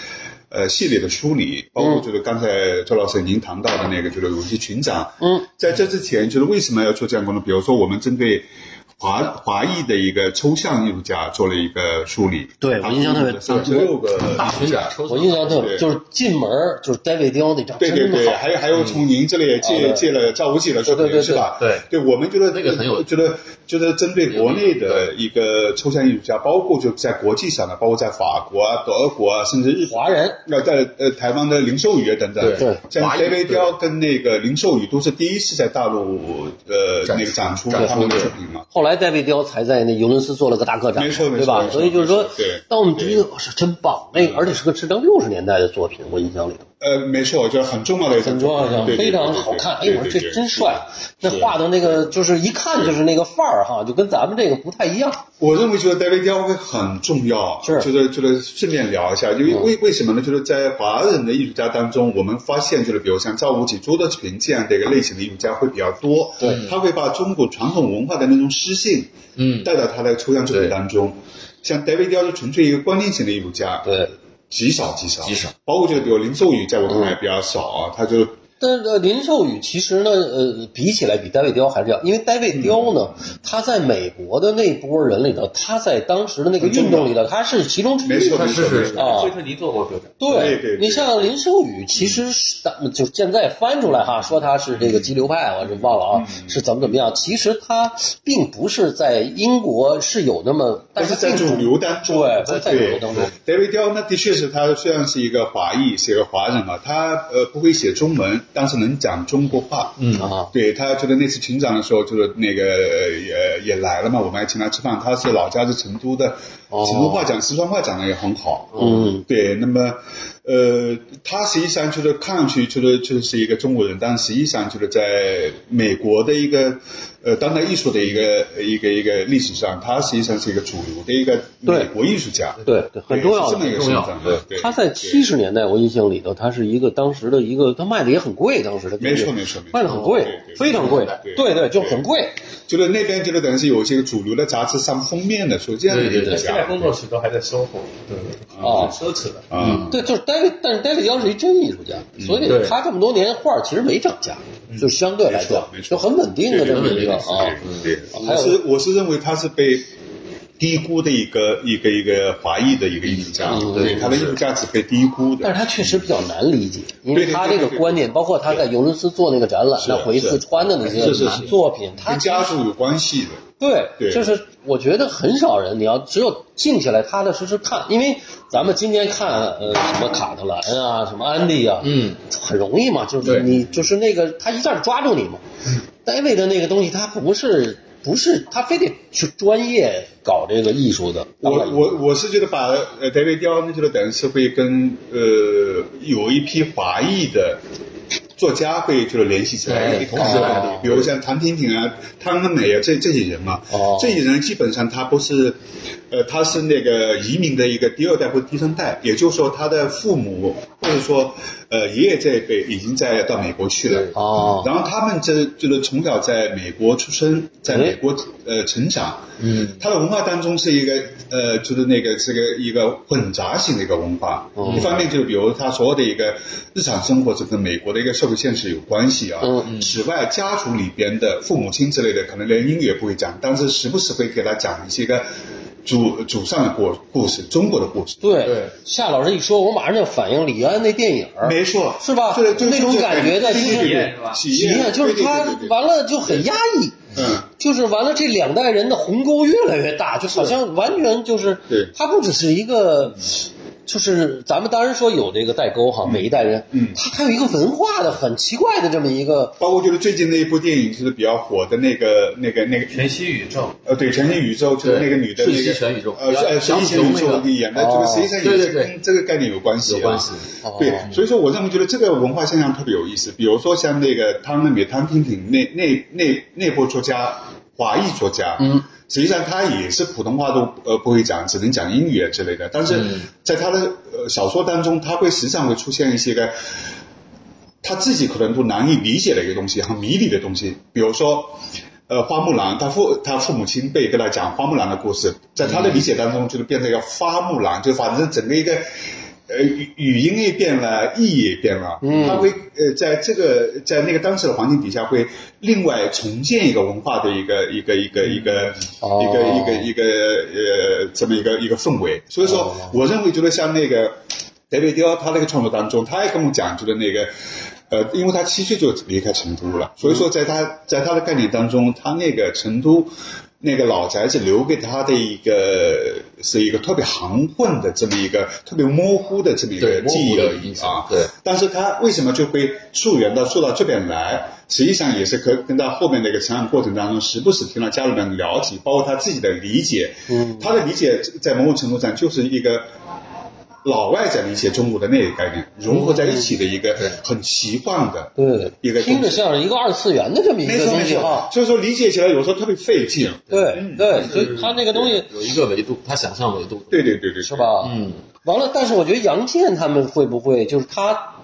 呃，系列的梳理，包括就是刚才周老师您谈到的那个，就是有些群长，
嗯，
在这之前，就是为什么要做这样的工作？比如说，我们针对华华裔的一个抽象艺术家做了一个梳理，
对
他
我印象特别
三十六个
大群展抽
我印象特别
对
就是进门儿就是 David 雕那张
对对
真
对，
的啊好，嗯
还有还有从您这里也借、借了赵无极的作
对对
品是吧？
对
对，我们觉得
那个很有
觉得觉得针对国内的一个抽象艺术家，包括就在国际上的，包括在法国啊、德国啊，甚至日
华人
那在呃台湾的林寿宇啊等等，
对
像
华裔
d a
对
雕跟那个林寿宇都是第一次在大陆呃
展
那个
出
展出
展
他们的
出
作品嘛。
后来戴维雕才在那尤伦斯做了个大客展，
没错没错
对吧？
没错
所以就是说
没错对，
当我们觉得哇是真棒，那个而且是个是张六十年代的作品，我印象里头
呃，没错，就是很重要的一个
很重要
作
的，
品对
非常
对对对
好看。哎
对，
我说
对
这
对
真
是
帅，那画的那个就是一看就是那个范儿哈，就跟咱们这个不太一样。
我认为就是 David d 会很重要，
是嗯
就是就是顺便聊一下，因为为为什么呢？就是在华人的艺术家当中，我们发现就是比如像赵无极、朱德平这样的一个类型的艺术家会比较多，
对，
他会把中国传统文化的那种诗性，
嗯
带到他的抽象作品当中。像 David 雕就纯粹一个观念型的艺术家，
对，
极少极少
极少，
包括这个比如林寿宇，在我看来比较少啊，他就
但是呃林寿宇其实呢，呃，比起来比戴维雕还是要，因为戴维
嗯
雕呢，他在美国的那波人里头，他在当时的那个运动里头，他是其中之
没
一
错。
他
没错没
是
错。
啊
惠特尼做过表展，
对
对对对嗯
你像林寿宇，其实是咱们就现在翻出来哈，说他是这个激流派，我是忘了啊，
嗯
是怎么怎么样。其实他并不是在英国是有那么，但
但是
是并
在主
不
流当中，
对，不是在主流当中。
David d 那的确是他虽然是一个华裔，是一个华人啊，他呃不会写中文，但是能讲中国话。
嗯
啊，
对他觉得那次群展的时候，就是那个呃也也来了嘛，我们还请他吃饭。他是老家是成都的，
哦
成都话讲四川话讲的也很好。
嗯，
对，那么呃，他实际上就是看上去就是就是一个中国人，但实际上就是在美国的一个呃当代艺术的一个一个一个历史上，他实际上是一个主流的一个
对
美国艺术家。
对，对很重要
是
的
这。么一个身份。对，对
他在七十年代，我印象里头，他是一个当时的一个，他卖的也很贵，当时的
没错没错没错
卖的很贵
对对，
非常贵
对，
对对，就很贵，
就是那边就是等于是有这个主流的杂志上封面的，说这样的一
对
个
对
现在
家。
工作室都还在 SOHO，对，
啊
嗯
很奢侈的。
啊，
对，就是戴维，但是戴维雕是一真艺术家，
嗯
所以
对
他这么多年画儿其实没涨价，就相对来讲
没错没错
就很稳定的这么一个啊。
对，
还
我
有
是我是认为他是被低估的一个一个一个华裔的一个艺术家，对他的艺术价值被低估
但
的。
是他确实比较难理解，因为
嗯对对
他
对
这个
对对
观念，包括他在尤伦斯做那个展览，
是
那回
是
四川的那些
是是是
作品，他
跟家族有关系的，
对，
对
就是我觉得很少人，你要只有静下来踏踏实实看，因为咱们今天看呃什么卡特兰啊，什么安迪啊，
嗯，
很容易嘛，就是
对
你就是那个他一下抓住你嘛。
嗯
戴维的那个东西，他不是不是他非得去专业搞这个艺术的，
我我我是觉得把呃 David 雕那就是等于是会跟呃有一批华裔的作家会就是联系起来，
对
一同时的问题
哦，
比如像谭婷婷啊、汤恩美啊这这些人嘛，
哦
这些人基本上他不是呃他是那个移民的一个第二代或第三代，也就是说他的父母或者说呃爷爷这一辈已经在到美国去了
对。
哦，
然后他们这就是从小在美国出生，在美国呃成长，
嗯，
它的文化当中是一个呃，就是那个这个一个混杂型的一个文化。一方面就是比如他所有的一个日常生活是跟美国的一个社会现实有关系啊。
嗯
此外，家族里边的父母亲之类的，可能连英语也不会讲，但是时不时会给他讲一些个祖祖上的故故事，中国的故事。
对
对
夏老师一说，我马上就反映李安那电影儿，
没错，
是吧
对，就
那种感觉的就是
体验
是吧
体
体
验
验就是他
对对对对对
完了就很压抑。
嗯。
就是完了，这两代人的鸿沟越来越大，就好像完全就是，
对嗯
它不只是一个，就是咱们当然说有这个代沟哈，每一代人，
嗯
它还有一个文化的很奇怪的这么一个，
包括就是最近那一部电影，就是比较火的那个、那个、那个，
全息宇宙，
呃，对，全息宇宙就是那个女的，
对
那个
瞬息全宇宙
呃，呃，
杨
瞬息
杨
全宇
紫琼那
宙
个
演的，这个
哦
实际上也
对
是
对对
跟这个概念有关系啊，
有关系
对
哦，
所以说我认为觉得这个文化现象特别有意思。比如说像那个汤恩美、汤婷婷那那那那波作家，华裔作家，嗯，实际上他也是普通话都呃不会讲，只能讲英语啊之类的。但是
嗯
在他的呃小说当中，他会时常会出现一些个。他自己可能都难以理解的一个东西，很迷离的东西。比如说，呃，花木兰，他父他父母亲辈跟他讲花木兰的故事，在他的理解当中，就是变成一个花木兰，就反正整个一个。呃，呃，语语音也变了，意义也变了，嗯，它会呃，在这个在那个当时的环境底下，会另外重建一个文化的一个一个一个一个、
哦
一个一个一个呃这么一个一个氛围。所以说，
哦
我认为就是像那个德瑞雕他那个创作当中，他也跟我讲就是那个。呃，因为他七岁就离开成都了，所以
嗯
说在他在他的概念当中，他那个成都那个老宅子留给他的一个是一个特别含混的这么一个特别模糊的这么一个
对模糊
记忆
的
而已
印象
啊。
对
但是他为什么就会溯源到溯到这边来？实际上也是可跟他后面的一个成长过程当中，时不时听到家人们聊起，包括他自己的理解。嗯，他的理解在某种程度上就是一个老外在理解中国的那个概念融合在一起的一个很奇幻的
对，
一个
听着
东西。
像是一个二次元的这嗯么一
没
个
错
东
没
西
错嗯
啊，，
所以说理解起来有时候特别费劲。
对对，所以他那个东西
有一个维度，他想象维度。
对对对对，
是？吧？
嗯，
完了，但是我觉得杨健他们会不会就是他，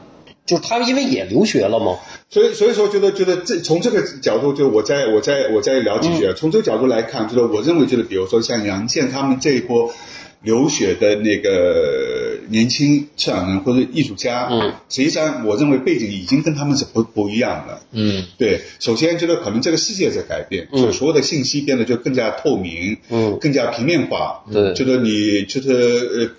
就是他因为也留学了嘛，
所以所以说，觉得觉得这从这个角度，就我再我再我再聊几句啊。从这个角度来看，就是我认为就是，比如说像杨健他们这一波留学的那个年轻策展人或者艺术家，
嗯，
实际上我认为背景已经跟他们是不不一样的。
嗯，
对，首先就是可能这个世界在改变，就所有的信息变得就更加透明，
嗯
更加平面化，
对
就是你就是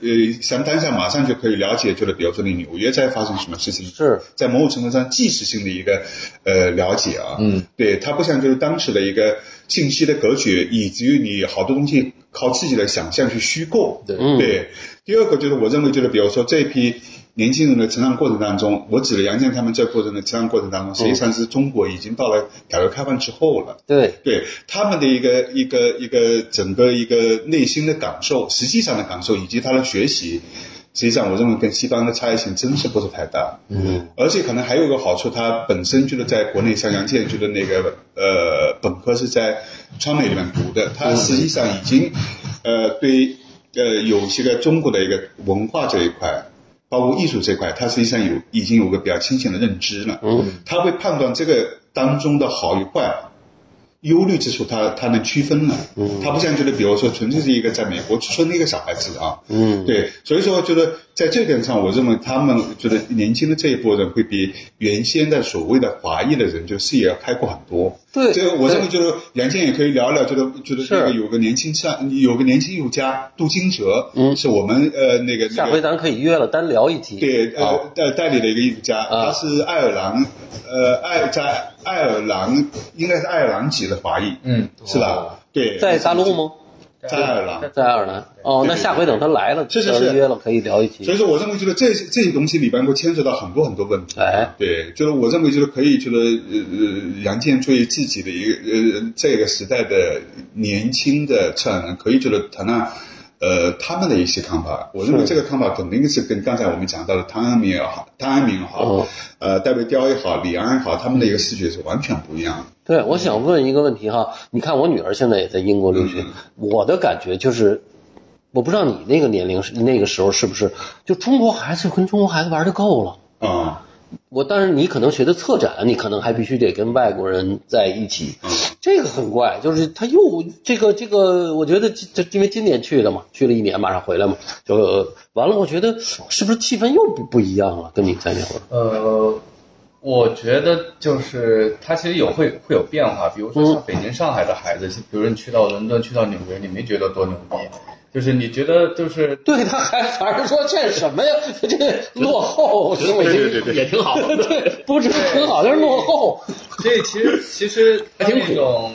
呃呃，像当下马上就可以了解，就是比如说你纽约在发生什么事情，
是
在某种程度上即时性的一个呃了解啊，嗯，对，它不像就是当时的一个信息的隔绝，以至于你好多东西靠自己的想象去虚构，
对
嗯
对。第二个就是我认为就是比如说这一批年轻人的成长过程当中，我指的杨建他们这过程的成长过程当中，实际上是中国已经到了改革开放之后了。
对，
对他们的一个一个一个整个一个内心的感受，实际上的感受以及他的学习，实际上我认为跟西方的差异性真是不是太大。嗯，而且可能还有一个好处，他本身就是在国内，像杨建就是那个呃本科是在川美里面读的，他实际上已经呃对呃有些个中国的一个文化这一块。包括艺术这块，他实际上有已经有个比较清醒的认知了。嗯，他会判断这个当中的好与坏，忧虑之处他，他能区分了。嗯，他不像觉得，比如说，纯粹是一个在美国出生的一个小孩子啊。嗯，对，所以说，觉得在这点上，我认为他们觉得年轻的这一波人会比原先的所谓的华裔的人，就视野要开阔很多。
对
这个我认为就是杨健也可以聊聊，觉得觉得这个
是
有个年轻上有个年轻艺术家杜金哲，嗯，是我们呃那个
下
那
回
个
咱可以约了单聊一集。
对呃代代理的一个艺术家，
啊
他是爱尔兰呃爱在爱尔兰应该是爱尔兰籍的华裔，
嗯，
是吧？对，
在大陆吗？
在爱尔兰。
在爱尔兰。哦，那下回等他来了，
是是
咱
是
约了可以聊一
所
集。
以说，我认为就是这些这些东西里边会牵扯到很多很多问题。
哎，
[LAUGHS] 对，就是我认为就是可以，就是呃呃，杨健作为自己的一个呃这个时代的年轻的策展人，可以就是谈谈呃他们的一些看法。我认为这个看法肯定是跟刚才我们讲到的汤安明也好，汤安明也好，
嗯
呃戴维雕也好，李安也好，他们的一个视觉是完全不一样的。
对，我想问一个问题哈，你看我女儿现在也在英国留学，我的感觉就是，我不知道你那个年龄是那个时候是不是，就中国孩子跟中国孩子玩的够了。
啊、
我但是你可能学的策展，你可能还必须得跟外国人在一起，这个很怪，就是他又这个这个，我觉得这这因为今年去的嘛，去了一年，马上回来嘛，就呃完了。我觉得是不是气氛又不不一样了？跟你在那会儿，
呃，我觉得就是它其实有会会有变化，比如说像北京、上海的孩子，比如你去到伦敦、去到纽约，你没觉得多牛逼，就是你觉得就是
对，他还反而说这是什么呀？这落后，我觉得我已经
对，也挺好。
对， [LAUGHS] 不止挺好，但是落后，
所以其实其实他那种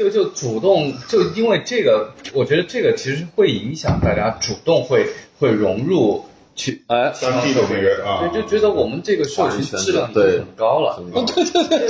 就就主动就因为这个，我觉得这个其实会影响大家主动会会融入去
哎，
当地的那个啊，
对，就觉
[LAUGHS]
得我们这个社群质量已经很高了。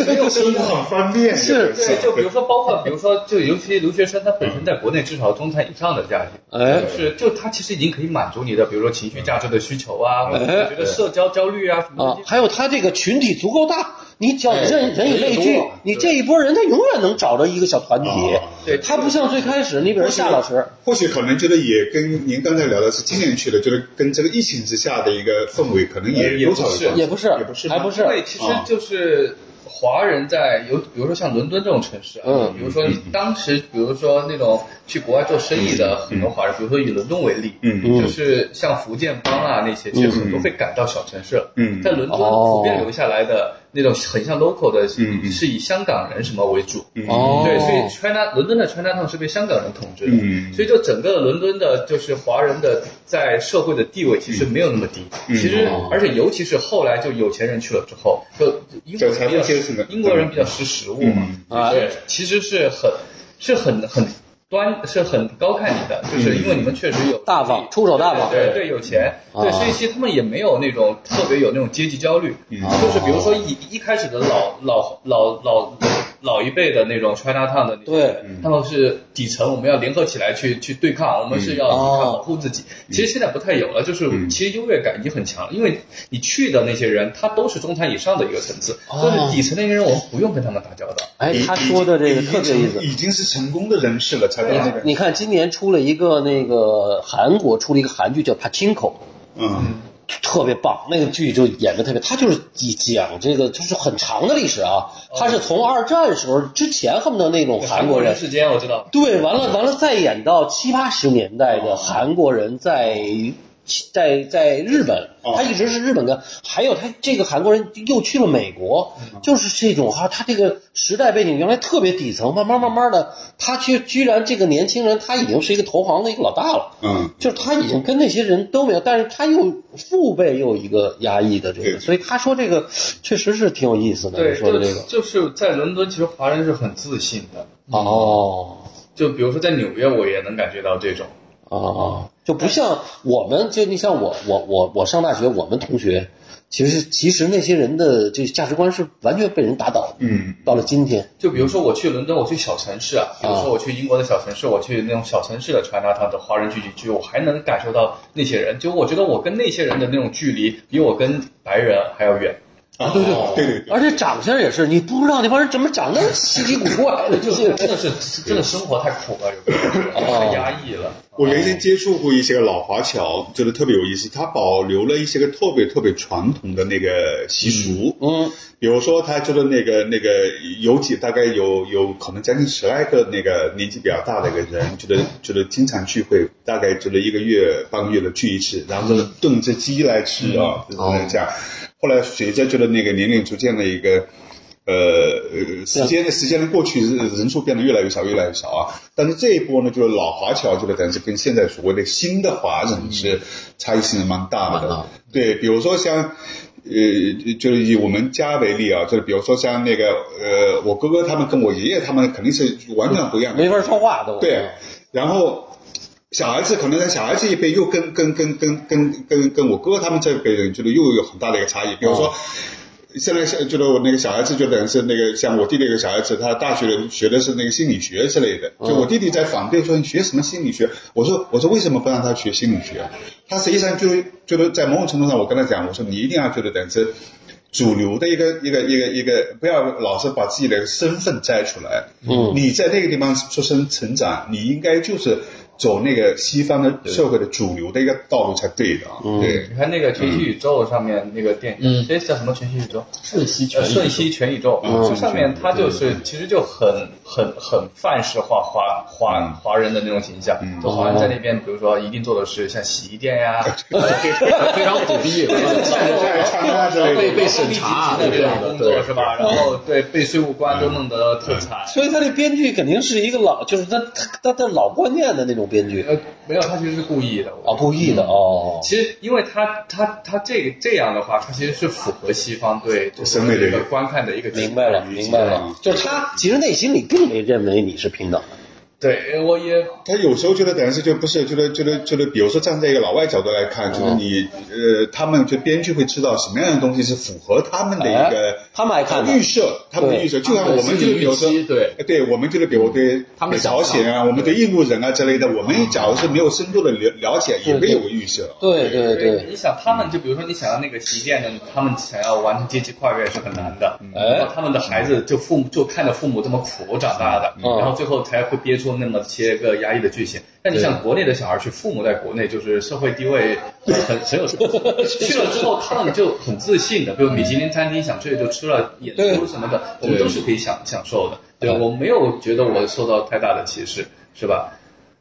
没有
生活很方便，
是
对，就比
啊
如说，包括比如说，就尤其留学生，他本身在国内至少中产以上的价值，
哎
就是就他其实已经可以满足你的，比如说情绪价值的需求啊，或者
哎
你觉得社交焦虑啊什么
哦
啊
东，西。
还有他这个群体足够大，你只要人人以类
人
聚
多，
你这一波人他永远能找着一个小团体
啊。
对
他不像最开始，你比如夏老师，
或许可能觉得也跟您刚才聊的是今年去的，就是跟这个疫呃情之下的一个氛围，可能也
也
多
不
少有
是
关系
也不是
也不是，哦
还不
是，
是
因为其实就是华人在有，比如说像伦敦这种城市啊，
嗯
比如说你当时，比如说那种去国外做生意的很多华人，比如说以伦敦为例，
嗯
就是像福建帮啊那些，其实很多被赶到小城市了。
嗯
在伦敦
哦
普遍留下来的那种很像 local 的，
嗯嗯
是以香港人什么为主。
嗯
哦
对，所以 China 伦敦的 China Town 是被香港人统治的，
嗯
所以就整个伦敦的，就是华人的在社会的地位其实没有那么低。其实
哦，
而且尤其是后来就有钱人去了之后，就英国
这
人
才
比
会
较
接触的
英国人比较识时务嘛
嗯，
啊
就是其实是很是很很端是很高看你的，就是因为你们确实有
大方，出手大方。
对对，有钱，对，
啊
所以其实他们也没有那种特别有那种阶级焦虑，
嗯
就是比如说一一开始的老老老老老一辈的那种 China Town 的那种
对嗯
人，他们是底层，我们要联合起来去去对抗，我们是要
哦
抵抗保护自己。其实现在不太有了，就是
嗯
其实优越感已经很强了，因为你去的那些人，他都是中产以上的一个层次，
哦
就是底层那些人，我们不用跟他们打交道。
哎，他说的这个特别有意思。
已经是成功的人士了，才到那个，
你看，今年出了一个那个韩国出了一个韩剧叫《Pachinko》，
嗯
特别棒，那个剧就演的特别，他就是讲这个就是很长的历史啊，他是从二战时候之前恨不得那种韩国人
人。世间我知道，
对，完了完了，再演到七八十年代的韩国人在在在日本，
哦
他一直是日本的，还有他这个韩国人又去了美国，
嗯
就是这种哈，他这个时代背景原来特别底层，慢慢慢慢的，他却居然这个年轻人他已经是一个投行的一个老大了。
嗯，
就是他已经跟那些人都没有，但是他又父辈又有一个压抑的这个，
对
所以他说这个确实是挺有意思的。
对，
你说的这个
就是嗯在伦敦，其实华人是很自信的。
哦
就比如说在纽约，我也能感觉到这种。
哦，就不像我们，就你像我我我我上大学，我们同学其实其实那些人的这价值观是完全被人打倒的。
嗯，
到了今天，
就比如说我去伦敦，我去小城市啊，比如说我去英国的小城市，我去那种小城市的传达堂的华人聚集区，我还能感受到那些人。就我觉得我跟那些人的那种距离，比我跟白人还要远。
啊，对对对对对，
而且长相也是，你不知道那帮人怎么长得稀奇古怪 [LAUGHS] 的，就是
真的是真的生活太苦了，有时候太压抑了。
我原先接触过一些个老华侨，觉得特别有意思，他保留了一些个特别特别传统的那个习俗，
嗯
比如说他就是那个那个有几大概有有可能将近十来个那个年纪比较大的一个人，觉得觉得经常聚会，大概觉得一个月半个月的聚一次，然后就炖只鸡来吃啊，就是这样。后来随着觉得那个年龄逐渐的一个。呃，呃时间的时间的过去，人人数变得越来越少，越来越少啊。但是这一波呢，就是老华侨，就是等于是跟现在所谓的新的华人是差异性蛮大
嗯蛮大
的
的。
对，比如说像，呃，就是以我们家为例啊，就是比如说像那个，呃，我哥哥他们跟我爷爷他们肯定是完全不一样的，
嗯
没法说话都。
对，然后小孩子可能在小孩子一辈又跟跟跟跟跟跟跟我哥他们这一辈人觉得又有很大的一个差异，比如说。现在像觉得我那个小孩子就等于是那个像我弟弟那个小孩子，他大学学的是那个心理学之类的。就我弟弟在反对说你学什么心理学，我说我说为什么不让他学心理学？啊他实际上就觉得在某种程度上，我跟他讲，我说你一定要觉得等于是主流的一个一个一个一个，不要老是把自己的身份摘出来。
嗯
你在那个地方出生成长，你应该就是走那个西方的社会的主流的一个道路才对的啊。对，
你看那个《全息宇宙》上面那个电影，
嗯
这叫什么《全息宇宙》？
瞬息全
呃，
宇宙
瞬息全宇宙，
嗯
就上面它就是其实就很很很范式化华华华人的那种形象，就华人在那边，比如说一定做的是像洗衣店呀，
非常苦逼，
看着在唱歌啊之类
被
的，
被审查
的
对
这种工作
对
是吧？然后对被税务官都弄得特惨。
所以他这编剧肯定是一个老，就是他他他他老观念的那种编剧啊
呃，没有，他其实是故意的。我，
故意的哦。
其实因为他他他这个这样的话，他其实是符合西方对就是
审美的
这
一个
个观看的一个期待
明白了，明白了
嗯，
就是他其实内心里并没认为你是平等的，
对，呃我也
他有时候觉得等于是就不是，觉得觉得觉得，比如说站在一个老外角度来看，就是你呃，他们就编剧会知道什么样的东西是符合他们的一个
哎他们爱看的
预设，他们的预设，就像我们就是比如说哎
预期对
对，我们就是比如对
他们
北朝鲜啊，我们对印度人啊之类的，我们假如是没有深度的了了解，也会有个预设。
对对对，
你想他们就比如说你想要那个洗衣店的，他们想要完成阶级跨越是很难的。
哎
然后他们的孩子就父母就看着父母这么苦长大的，
嗯
然后最后才会憋出受那么些个压抑的局限。但你像国内的小孩去，父母在国内就是社会地位很很
[LAUGHS]
有去了之后他们就很自信的，比如米其林餐厅想去就吃
嗯
了，演出什么的，我们都是可以享享受的，对吧？我没有觉得我受到太大的歧视，是吧？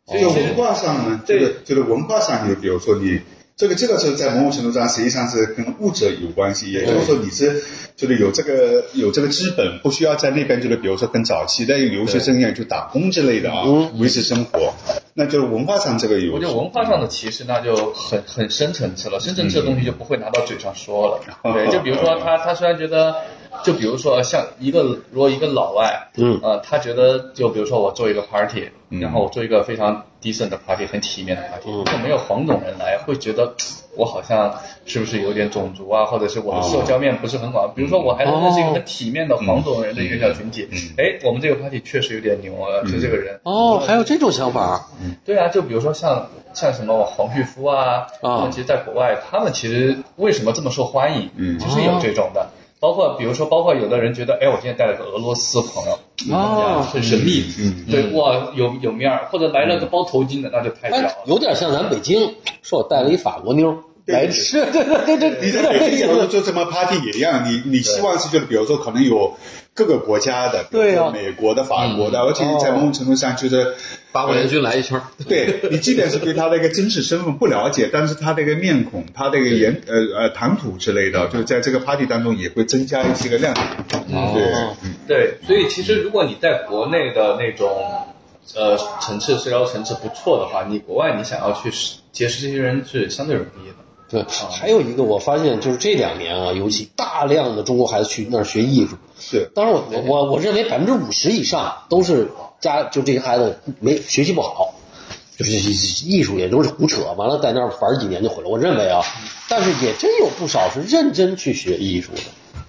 这个文化上呢，这个这个文化上，你比如说你这个这个时候在某种程度上实际上是跟物质有关系，也就是说你是就是有这个有这个资本，不需要在那边就是比如说跟早期的留学生一样去打工之类的啊，维持生活，那就是文化上这个有嗯
我觉得文化上的歧视那就很很深层次了，深层次的东西就不会拿到嘴上
[LAUGHS]
说了。对，就比如说他他虽然觉得，就比如说像一个如果一个老外，
嗯
呃，他觉得就比如说我做一个 party，
嗯
然后我做一个非常 decent 的 party，很体面的 party，
嗯
就没有黄种人来，会觉得我好像是不是有点种族啊，或者是我的
哦
社交面不是很广。比如说我还认识一个很体面的黄种人的一个小群体
嗯，
哎、我们这个 party 确实有点牛啊，就这个人。
哦，还有这种想法
对啊，就比如说像像什么黄旭夫啊，
啊
他们其实在国外，他们其实为什么这么受欢迎，
嗯
就是有这种的。包括比如说，包括有的人觉得，哎，我今天带了个俄罗斯朋友，
哦
很神秘，
嗯
对，哇，有有面儿，或者来了个包头巾的，那就太屌
哎
了，。
有点像咱北京，说我带了一法国妞儿来吃，对对对
你
对，
在北京做什么 party 也一样，你你希望是就是比如说可能有各个国家的，比如
对
说
啊
美国的、法国的，而且在某种程度上就是
八国联军来一圈儿，
[LAUGHS] 对你，即便是对他的一个真实身份不了解，但是他的一个面孔、他的一个言呃呃谈吐之类的，就是在这个 party 当中也会增加一些个亮点。
哦
对，
对，所以其实如果你在国内的那种呃层次社交层次不错的话，你国外你想要去结识这些人是相对容易的。
对，还有一个我发现就是这两年啊，尤其大量的中国孩子去那儿学艺术，
是
当然我我我认为百分之五十以上都是家就这些孩子没学习不好，就是艺术也都是胡扯，完了在那儿玩几年就毁了。我认为啊，但是也真有不少是认真去学艺术的，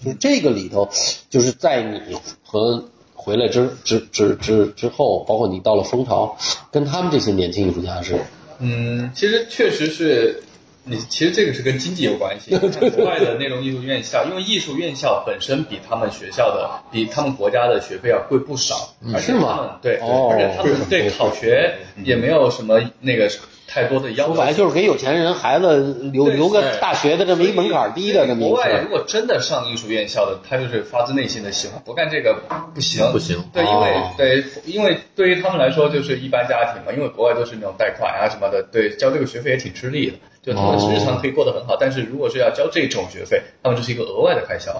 就是这个里头，就是在你和回来之之之之之后，包括你到了蜂巢，跟他们这些年轻艺术家是
嗯，其实确实是你，其实这个是跟经济有关系。你看国外的那种艺术院校，因为艺术院校本身比他们学校的、比他们国家的学费要贵不少，而且
嗯是吗
他们对，
哦
而且他们对考学也没有什么那个太多的要
说
求。
白了就是给有钱人孩子留
对哎
留个
对
大学的这么一门槛儿低的这么一
国
个事
外
儿
如。果真的上艺术院校的，他就是发自内心的喜欢，不干这个不行，
不行
对，因为、
哦
对，因为对于他们来说就是一般家庭嘛，因为国外都是那种贷款啊什么的，对，交这个学费也挺吃力的。就他们
哦
日常可以过得很好，但是如果是要交这种学费，那么就是一个额外的开销。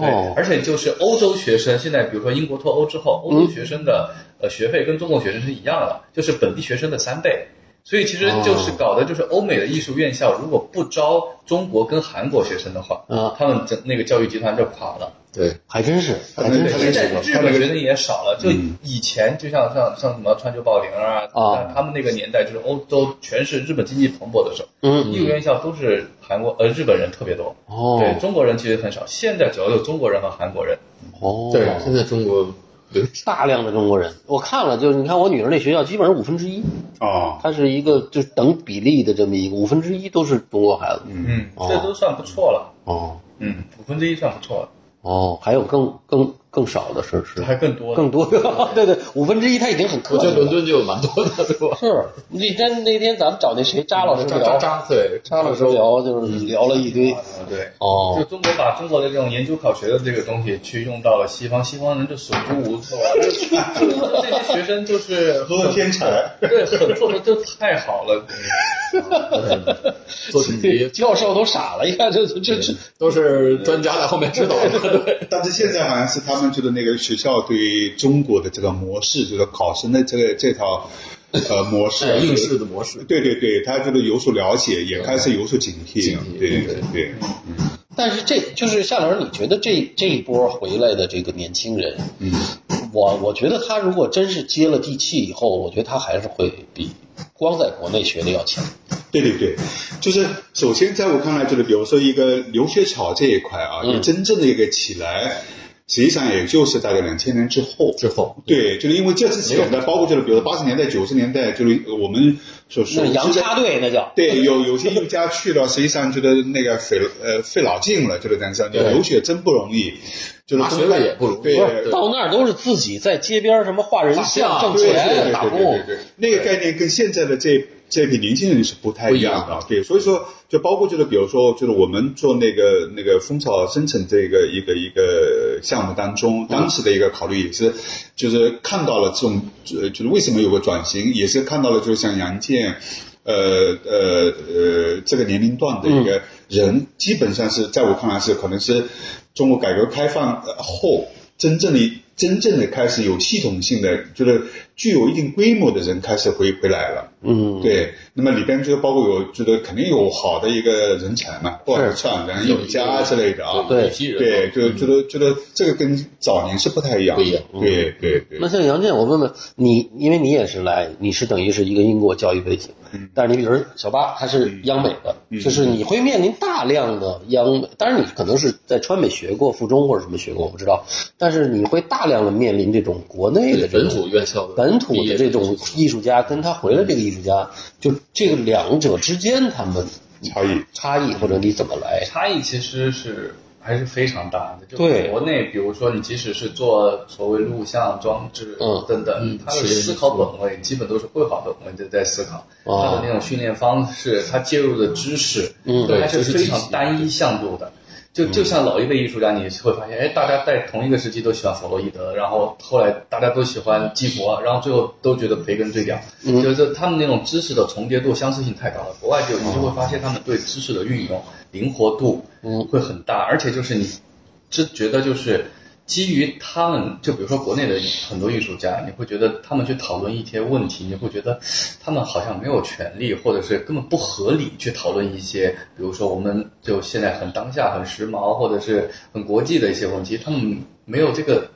对，
哦，
而且就是欧洲学生现在，比如说英国脱欧之后，欧洲学生的、呃学费跟中国学生是一样的，就是本地学生的三倍。所以其实就是搞的就是欧美的艺术院校，如果不招中国跟韩国学生的话，
啊
他们整那个教育集团就垮了。
对，
还真是，还真
对
是
他
现
那
在
个
日本学生也少了，就
嗯
以前就像像像什么川久保玲啊，
啊
他们那个年代就是欧洲全是日本经济蓬勃的时候，
嗯
艺术院校都是韩国呃日本人特别多，
哦
对中国人其实很少。现在主要就中国人和韩国人，
哦，
对，现在中国对
大量的中国人，我看了，就是你看我女儿那学校，基本上五分之一，
哦，
它是一个就是等比例的这么一个，五分之一都是中国孩子。
嗯，这都算不错了，
哦
嗯，五分之一算不错了，
哦，还有更更更少的是是
还更多
更多的， [LAUGHS] 对对，五分之一他已经很客
我觉
气
得伦
了。
敦就蛮多的，对吧？
是，那天那天咱们找那谁扎老师
扎
聊，
扎嗯扎，对，
扎老师聊就是聊了一堆。
啊对。就
哦，
中国把中国的这种研究考学的这个东西去用到了西方，西方人就手足无措啊，就是就是这些学生就是
都是天才。
对，很做的就太好了。
做题
教授都傻了，一看这这这这，
都是专家在后面指导的， [LAUGHS] 对，
但是现在好像是他们觉得那个学校对中国的这个模式，就是考生的这个这套
[LAUGHS]
呃模式
是，哎应试的模式。哎
对对对，他就是有所了解，也开始有所警惕
警。惕
对
对
对，
但是这就是夏老师，你觉得这这一波回来的这个年轻人，
嗯，
我我觉得他如果真是接了地气以后，我觉得他还是会比光在国内学的要强。
对对对，就是首先在我看来，就是比如说一个留学潮这一块啊，
嗯
就真正的一个起来，实际上也就是大概两千年之后。
之后，
对，就是因为这之前呢，包括就是比如八十年代、九十年代，就是我们所熟
那
知
洋
的
插队那叫。
对，有有些艺术家去了，实际上觉得那个费呃费老劲了，就是但是
对
留学真不容易，就是
拿学位也不容易
对
不是
到那儿都是自己在街边什么画人像、
画像
挣
对对对
钱、打工
对对对，那个概念跟现在的这这批年轻人是不太一样的。啊对，所以说就包括就是比如说就是我们做那个那个蜂巢生成这个一个一个项目当中，当时的一个考虑也是，就是看到了这种呃就是为什么有个转型，也是看到了就像杨建。呃呃呃，这个年龄段的一个人，基本上是在我看来是可能是中国改革开放呃后真正的真正的开始有系统性的，就是具有一定规模的人开始回回来了。
嗯，
对，那么里边就包括有，觉得肯定有好的一个人才嘛，不管是创人、
有
艺术家之类的啊。
对
一批人，
对，就觉得觉得这个跟早年是不太一样的。
不一样
对对对。
那像杨建，我问问你，因为你也是来，你是等于是一个英国教育背景，
嗯
但是你比如说小八他是央美的，就是你会面临大量的央美，当然你可能是在川美学过附中或者什么学过，我不知道，但是你会大量的面临这种国内的这
本
种
土院校的
本土
毕业
的这种艺术家跟他回来这个艺术家，就这个两者之间他们
差异
差异或者你怎么来？
差异其实是还是非常大的。就
对
国内，比如说你即使是做所谓录像装置
嗯
等等，
嗯
他的
实验
思考本位基本都是绘画本位的在思考，
哦
他的那种训练方式，他介入的知识，
嗯
它
对就
是
是
非
体
常
系
单一向度的。就就像老一辈艺术家，你会发现，哎，大家在同一个时期都喜欢弗洛伊德，然后后来大家都喜欢基佛，然后最后都觉得培根最屌，
嗯
就是他们那种知识的重叠度、相似性太高了。国外就你就会发现他们对知识的运用灵活度
嗯
会很大，而且就是你只觉得就是基于他们，就比如说国内的很多艺术家，你会觉得他们去讨论一些问题，你会觉得他们好像没有权利，或者是根本不合理去讨论一些，比如说我们就现在很当下、很时髦，或者是很国际的一些问题，他们没有这个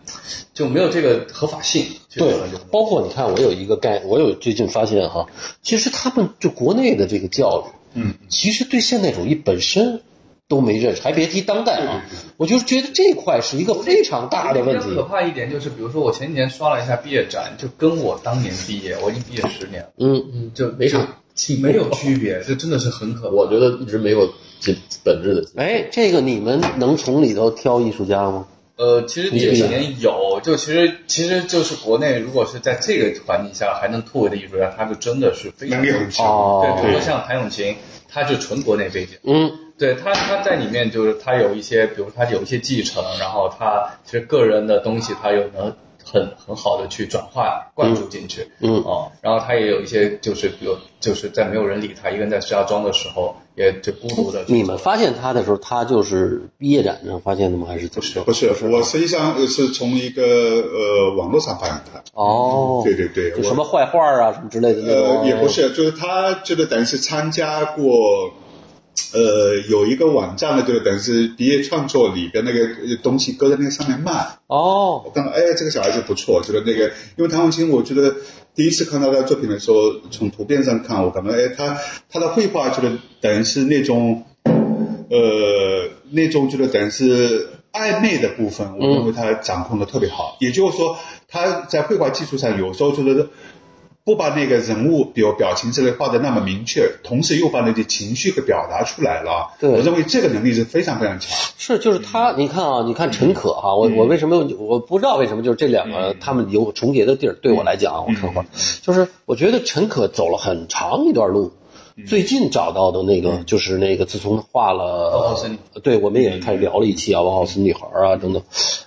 就没有这个合法性去讨
对
论这个问，题。
包括你看，我有一个概，我有最近发现哈，其实他们就国内的这个教育，
嗯，
其实对现代主义本身都没认识，还别提当代啊。我就是觉得这块是一个非常大的问
比
题
较。可怕一点就是，比如说我前几年刷了一下毕业展，就跟我当年毕业，我已经毕业十年了，
嗯，
嗯，就没啥进步
没有区别，这真的是很可怕。
我觉得一直没有进本质的进
哎，这个你们能从里头挑艺术家吗？
呃，其实
你
这几
觉得
年有，就其实其实就是国内，如果是在这个环境下还能突围的艺术家，他就真的是非常
能力很强。
对，比如
哦，
说像谭咏麟，他就纯国内背景。
嗯，
对他，他在里面就是他有一些，比如他有一些继承，然后他其实个人的东西，他又能很很好的去转化灌注进去，
嗯嗯
哦，然后他也有一些就是，比如就是在没有人理他，一个人在石家庄的时候，也就孤独的。
你们发现他的时候，他就是毕业展上发现的吗？还是怎么着？
不是，我实际上呃是从一个呃网络上发现他，
哦，
对对对，
就
我
什么坏画啊，什么之类的那种。
呃，也不是，就是他就是等于是参加过，呃，有一个网站呢，就是等于是毕业创作里边那个呃东西搁在那个上面卖。
哦
我，看到，哎，这个小孩子不错，就是那个，因为唐永清，我觉得第一次看到他作品的时候，从图片上看，我感觉，哎，他他的绘画就是等于是那种，呃，那种就是等于是暧昧的部分，我认为他掌控的特别好。也就是说，他在绘画技术上有时候就是不把那个人物，比如表情之类画的那么明确，同时又把那些情绪给表达出来了。啊
对
我认为这个能力是非常非常强。
是，就是他，你看啊，你看陈可哈、我我为什么我不知道为什么，就是这两个他们有重叠的地儿，对我来讲啊，我看会儿，就是我觉得陈可走了很长一段路，最近找到的那个就是那个，自从画
包
了
豪斯女，
对，我们也开始聊了一期啊，包豪斯女孩啊等等，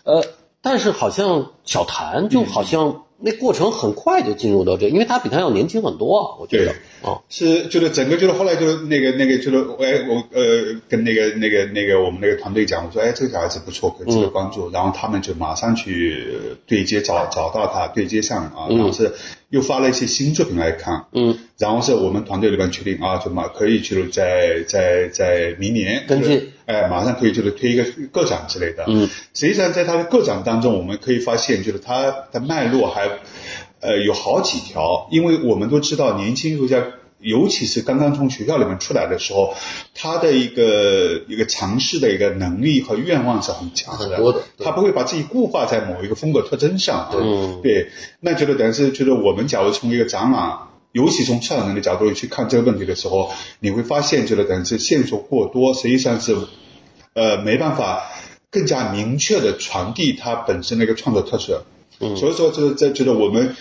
呃，但是好像小谭就好像那过程很快就进入到这，因为他比他要年轻很多啊，我觉得啊，
是，就是整个就是后来就是那个那个就是哎我呃跟那个那个那个我们那个团队讲，我说哎这个小孩子不错，可以值得关注，然后他们就马上去呃对接找找到他对接上啊，然后是又发了一些新作品来看，
嗯，
然后是我们团队里边确定啊，就马可以就是在在在明年
跟进
就是哎，马上可以就是推一个个展之类的。
嗯，
实际上在他的个展当中，我们可以发现，就是他的脉络还，呃，有好几条，因为我们都知道年轻艺术家尤其是刚刚从学校里面出来的时候，他的一个一个尝试的一个能力和愿望是很强
很多的对
他不会把自己固化在某一个风格特征上。啊对
嗯
对，那觉得等于是觉得我们假如从一个展览，尤其从策展人的角度去看这个问题的时候，你会发现，觉得等于是线索过多，实际上是，呃，没办法更加明确的传递它本身的一个创作特色。所以说，就是在觉得我们，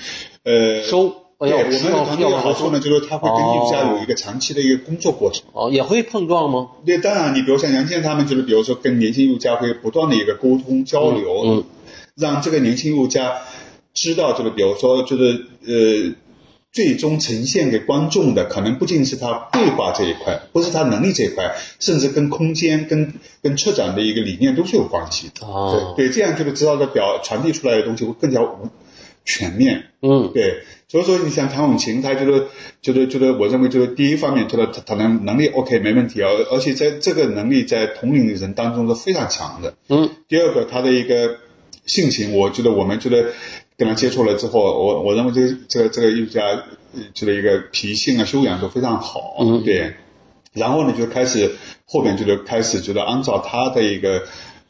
呃，
嗯收哎
对
呀
我
我
们的
知道
团队
要往
合
后
作呢，
收
就是他会跟艺术家
哦
有一个长期的一个工作过程。
哦，也会碰撞吗？
对，当然，你比如像杨倩他们，就是比如说跟年轻艺术家会不断的一个沟通交流，
嗯嗯
让这个年轻艺术家知道，这个比如说就是呃，最终呈现给观众的，可能不仅是他绘画这一块，不是他能力这一块，甚至跟空间、跟跟策展的一个理念都是有关系的。
啊，
对，这样就是知道的表传递出来的东西会更加无全面。
嗯
对，所以说你像唐永晴，她就是就是就是，我认为就是第一方面，就是她她能能力 OK 没问题啊，而而且在这个能力在同龄人当中是非常强的。
嗯，
第二个，她的一个性情，我觉得我们觉得跟她接触了之后，我我认为这个这个这个艺术家，呃这个一个脾性啊修养都非常好。
嗯
对。然后呢，就开始后面就是开始觉得按照她的一个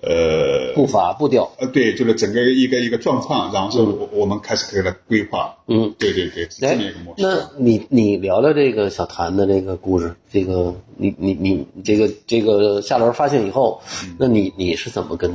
呃
步伐步调，
呃对，就是整个一个一个状况，然后是我我们开始给她规划。
嗯。
对对对，是这
哎
么一个模，式。
那你你聊聊这个小谭的这个故事，这个你你你这个这个下轮发现以后，那你你是怎么跟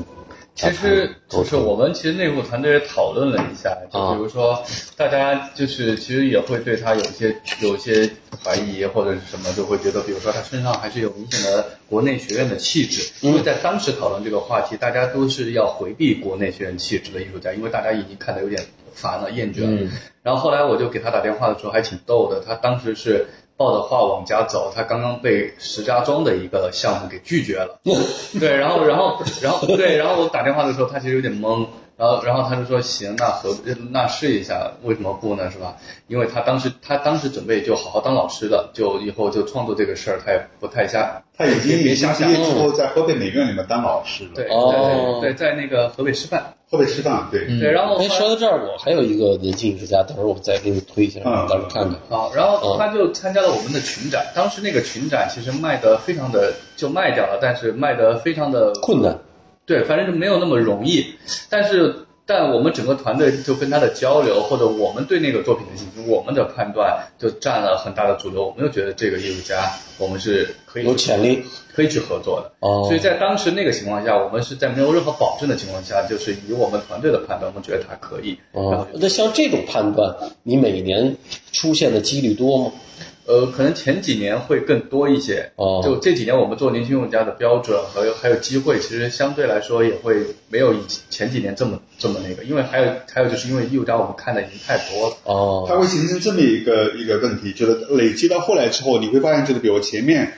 小谭
其实
沟
就是
通？
我们其实内部团队也讨论了一下，就
啊
比如说大家就是其实也会对他有一些有一些怀疑或者是什么，就会觉得比如说他身上还是有明显的国内学院的气质，因为在当时讨论这个话题，大家都是要回避国内学院气质的艺术家，因为大家已经看得有点烦了、厌倦了。
嗯
然后后来我就给他打电话的时候还挺逗的，他当时是抱着话往家走，他刚刚被石家庄的一个项目给拒绝了。
[LAUGHS]
对，然后然后然后对，然后我打电话的时候他其实有点懵，然后然后他就说行，那何那试一下，为什么不呢？是吧？因为他当时他当时准备就好好当老师的，就以后就创作这个事儿，他也不太瞎
他已经
别
也
瞎
毕
想
业之后在河北美院里面当老师了，
对
哦
对对，在那个河北师范，
河北师范对，
对，然后
哎，
后来
说到这儿，我还有一个年轻艺术家，等会儿我再给你推一下，
嗯
到时候看看。
好，然
嗯
后他就参加了我们的群展，当时那个群展其实卖的非常的就卖掉了，但是卖的非常的
困难，
对，反正就没有那么容易。但是，但我们整个团队就跟他的交流，或者我们对那个作品的信心，我们的判断就占了很大的主流。我们就觉得这个艺术家，我们是可以
有潜力，
可以去合作的。
哦
所以在当时那个情况下，我们是在没有任何保证的情况下，就是以我们团队的判断，我们觉得他可以。然后
哦
就，
那像这种判断，你每年出现的几率多吗？
呃，可能前几年会更多一些。
哦
就这几年我们做年轻用家的标准和还有机会，其实相对来说也会没有以前几年这么这么那个，因为还有还有就是因为艺术家我们看的已经太多了。
哦，
它会形成这么一个一个问题，就是累积到后来之后，你会发现，就是比如前面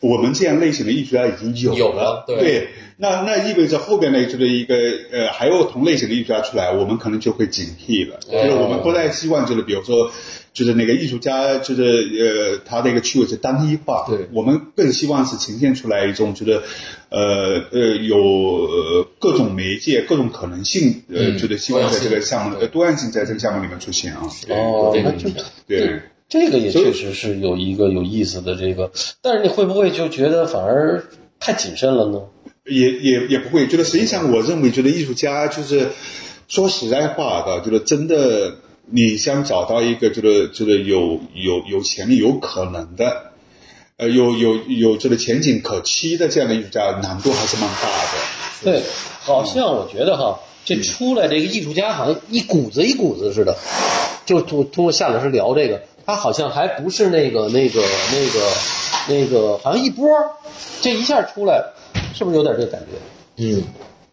我们这样类型的艺术家已经有
有了对
那那意味着后边呢，就是一个呃，还有同类型的艺术家出来，我们可能就会警惕了，就是我们不再希望就是比如说。就是那个艺术家，就是呃，他的一个趣味是单一化。
对
我们更希望是呈现出来一种，就是，呃呃，有呃各种媒介、各种可能性，呃，
嗯
就是希望在这个项目
多样性对
呃多样性在这个项目里面出现啊。对
哦，
这个
那
影
就
响
对，
这个也确实是有一个有意思的这个，但是你会不会就觉得反而太谨慎了呢？
也也也不会。觉得实际上，我认为觉得艺术家就是说实在话的，觉得真的你想找到一个就是就是有有有潜力、有可能的，呃，有有有这个前景可期的这样的艺术家，难度还是蛮大的。
对，好像我觉得哈，这出来这个艺术家好像一股子一股子似的，就通通过夏老师聊这个，他好像还不是那个那个那个那个，好像一波儿，这一下出来，是不是有点这感觉？
嗯，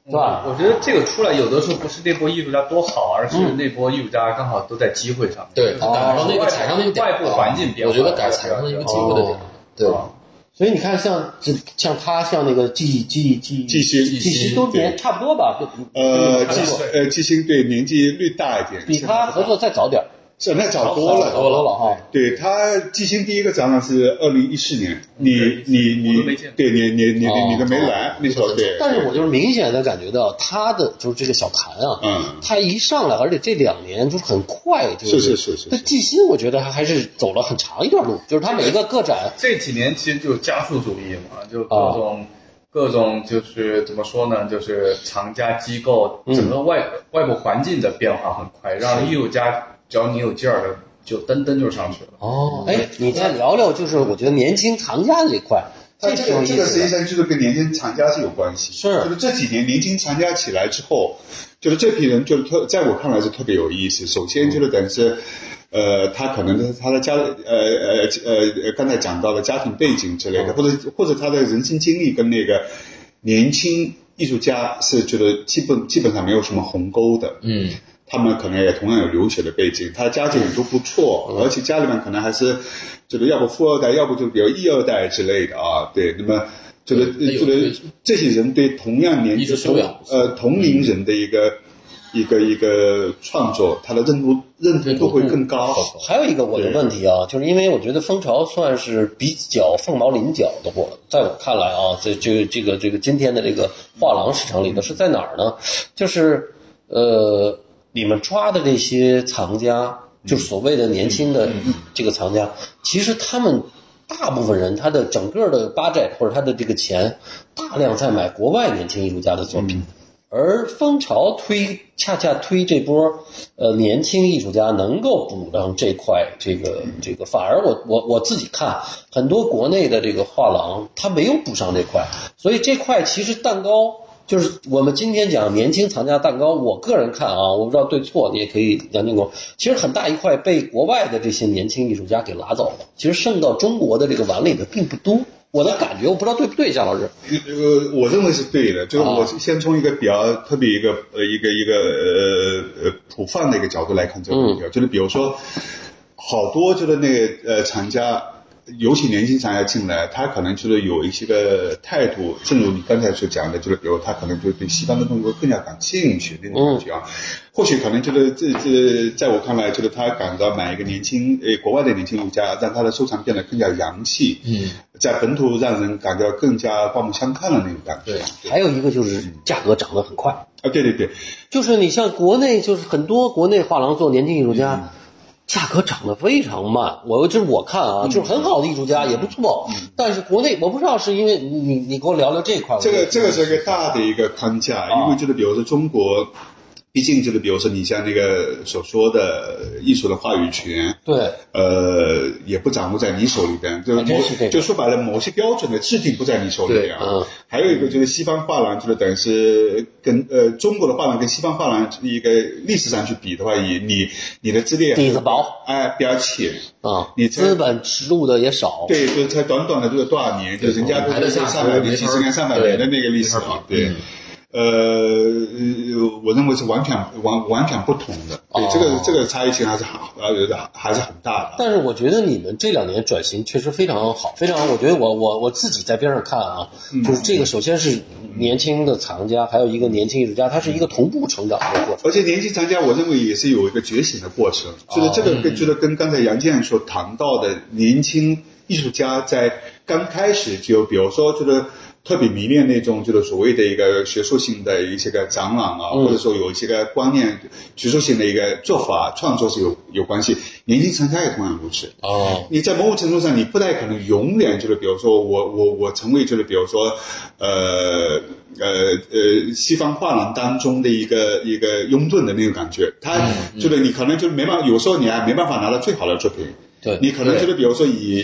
是吧
我觉得这个出来有的时候不是那波艺术家多好，而是
嗯
那波艺术家刚好都在机会上。
对，他赶上那个踩上那个点儿啊
外部环境变化
我觉得赶踩上那个机会的点儿，对，
哦
所以你看像，这像他，像那个季季季
季星
季星都年
对
差不多吧，
呃，
差
季
不多
呃季星对年纪略大一点，
比他合作再早点儿。
是那早多了，
好多了哈。
对他，季星第一个展览是二零一四年，你你
我
你
都没见，
对你你你
哦
你你都没来那时候，对，
但是我就是明显的感觉到他的就是这个小谭啊，
嗯
他一上来，而且这两年就是很快，就是
是是是
但季新我觉得他还是走了很长一段路，就是他每一个个展，
这几年其实就加速主义嘛，就各种、各种就是怎么说呢，就是厂家机构整个外、外部环境的变化很快，让艺术家只要你有劲儿的，就噔噔就上去了。
哦，哎，你再聊聊，就是我觉得年轻藏家这一块，
但这
挺有
个
意
这个实
思
际
的。
上就是跟年轻厂家是有关系，
是
就是这几年年轻厂家起来之后，就是这批人就是特，在我看来是特别有意思。首
嗯
先就是等于是，呃，他可能他的家呃呃呃呃，刚才讲到的家庭背景之类
嗯
的，或者或者他的人生经历跟那个年轻艺术家是觉得基本基本上没有什么鸿沟的，
嗯，
他们可能也同样有留学的背景，他家境也都不
嗯
错，而且家里面可能还是这个要不富二代，要不就比如一二代之类的啊。对，那么这个
对
这
有
个
对
这些人对同样年
艺
纪
术修养不错
呃同龄人的一个、一个一个创作，他的认同认同度会更高。
还有一个我的问题啊，就是因为我觉得蜂巢算是比较凤毛麟角的，我在我看来啊，这这个这个这个今天的这个画廊市场里头是在哪儿呢？就是呃，你们抓的这些藏家，就是所谓的年轻的这个藏家，其实他们大部分人他的整个的 budget 或者他的这个钱，大量在买国外年轻艺术家的作品。而蜂巢推恰恰推这波，呃，年轻艺术家能够补上这块这个这个，反而我我我自己看很多国内的这个画廊，它没有补上这块，所以这块其实蛋糕就是我们今天讲年轻藏家蛋糕，我个人看啊，我不知道对错，你也可以梁建国，其实很大一块被国外的这些年轻艺术家给拿走了，其实剩到中国的这个碗里的并不多，我的感觉，我不知道对不对，夏老师，
呃，我认为是对的，就是我先从一个比较特别一个呃一个一个呃呃普泛的一个角度来看这个问题，啊，就是比如说，好多就是那个呃厂家，尤其年轻厂家进来，他可能就是有一些个态度，正如你刚才所讲的，就是比如他可能就对西方的东西会更加感兴趣那种感觉啊，或许可能就是这这，在我看来，就是他感到买一个年轻呃国外的年轻艺术家，让他的收藏变得更加洋气，嗯，在本土让人感觉更加刮目相看的那种感觉。对
还有一个就是价格涨得很快。
啊，对对对，
就是你像国内，就是很多国内画廊做年轻艺术
嗯
家，价格涨得非常慢。我就是我看
嗯
啊，就是很好的艺术家也不错，但是国内我不知道是因为你你你给我聊聊这块。
这
我
个
觉得
这个是一个大的一个框架，
哦
因为就是比如说中国，毕竟就是比如说你像那个所说的呃艺术的话语权，
对，
呃，也不掌握在你手里边，就是
还真
某
啊是这个
就说白了，某些标准的制定不在你手里边
对嗯
啊。还有一个就是西方画廊，就是等于是跟呃中国的画廊跟西方画廊一个历史上去比的话，以你你的资历
底子薄
哎比较浅，
啊，
你这
资本植入的也少。
对，就是才短短的这个多少年，就是人家都
排得
是
下
上百
没
年、
法
几十年、上百年的那个历史啊，对。
嗯
呃，我认为是完全完完全不同的，对
哦
这个这个差异性还是很呃还是很大的。
但是我觉得你们这两年转型确实非常好，非常好。我觉得我我我自己在边上看啊，
嗯
就是这个首先是年轻的藏家，还有一个年轻艺术家，他是一个同步成长的过程。
而且年轻藏家，我认为也是有一个觉醒的过程，就是这个跟就是跟刚才杨建所谈到的年轻艺术家在刚开始就，比如说就是特别迷恋那种就是所谓的一个学术性的一些个展览啊，或者说有一些个观念学术性的一个做法创作是有有关系，年轻藏家也同样如此。
哦，
你在某种程度上，你不太可能永远就是，比如说我我我成为就是，比如说，呃呃呃，西方画廊当中的一个一个拥趸的那种感觉。他
嗯
就是你可能就是没办法，有时候你还没办法拿到最好的作品。
对
你可能就是比如说以，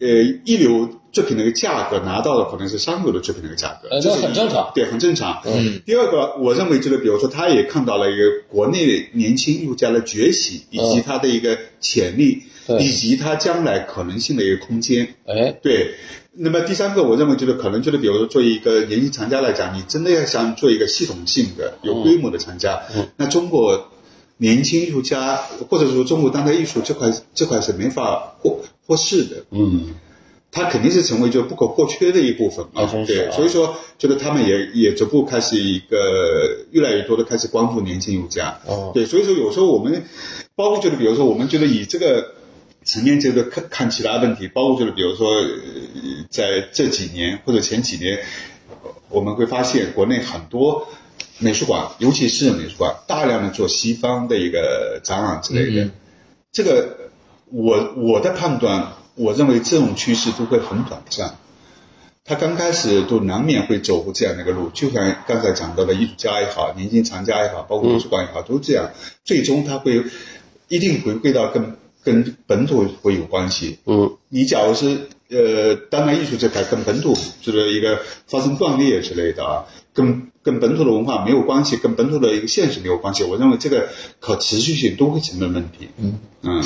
呃一流作品的一个价格拿到的可能是三流的作品的一个价格，
呃，这很正常。
对，很正常。嗯，第二个，我认为就是比如说，他也看到了一个国内年轻艺术家的崛起，以及他的一个潜力，
对
以及他将来可能性的一个空间。
哎，
对，那么第三个，我认为就是可能就是，比如说作为一个年轻藏家来讲，你真的要想做一个系统性的、有规模的藏家，
嗯
那中国年轻艺术家或者说中国当代艺术这块这块是没法忽忽视的。
嗯，
它肯定是成为就不可或缺的一部分嘛。
还真是
对，
啊
所以说这个他们也也逐步开始一个越来越多的开始关注年轻艺术家。
哦
对，所以说有时候我们包括就是比如说我们觉得以这个。层面这个看看其他问题，包括就是比如说，呃在这几年或者前几年，我们会发现国内很多美术馆，尤其是美术馆，大量的做西方的一个展览之
嗯
类的。这个我我的判断，我认为这种趋势都会很短暂。他刚开始都难免会走这样的一个路，就像刚才讲到的艺术家也好，年轻藏家也好，包括美术馆也好，都这样。最终他会一定回归到跟跟本土会有关系。
嗯，
你假如是呃当代艺术这块跟本土就是一个发生断裂之类的啊，跟跟本土的文化没有关系，跟本土的一个现实没有关系，我认为这个可持续性都会成为问题。嗯嗯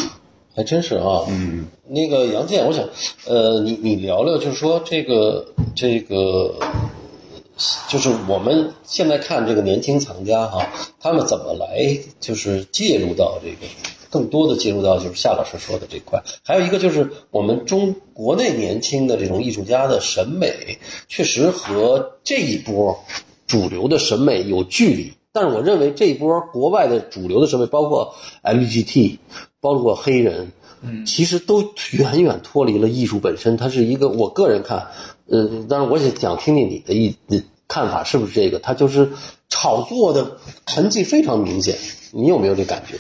还真是啊。
嗯，
那个杨健，我想，呃，你你聊聊，就是说这个这个，就是我们现在看这个年轻藏家哈、他们怎么来就是介入到这个，更多的介入到就是夏老师说的这块，还有一个就是我们中国内年轻的这种艺术家的审美，确实和这一波主流的审美有距离。但是我认为这一波国外的主流的审美，包括 LGBT，包括黑人，其实都远远脱离了艺术本身，它是一个我个人看，呃，当然我也想听听你的意你看法是不是这个，它就是炒作的痕迹非常明显，你有没有这感觉？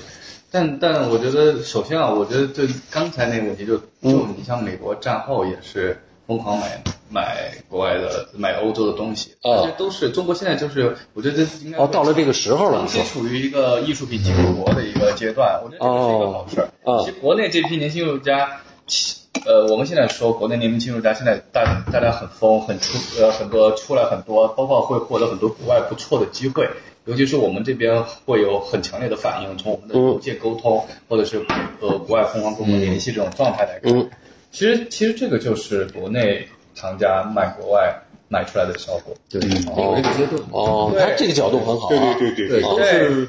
但但我觉得，首先啊，我觉得就刚才那个问题就，就你像美国战后也是疯狂买买国外的、买欧洲的东西，啊
哦
这都是中国现在就是，我觉得应该
哦，到了这个时候了，
长
你
期
说，
处于一个艺术品进入国的一个阶段，我觉得这个是一个好事儿。
哦嗯
其实国内这批年轻艺术家，其呃，我们现在说国内年轻艺术家现在大大家很疯，很出呃很多出来很多，包括会获得很多国外不错的机会。尤其是我们这边会有很强烈的反应，从我们的邮件沟通，或者是呃国外疯狂跟我们联系这种状态来看，
嗯
其实其实这个就是国内藏家卖国外卖出来的效果。
对，有这个阶段。
哦，
对
他这个角度很好、啊，
对对
对
对对，都是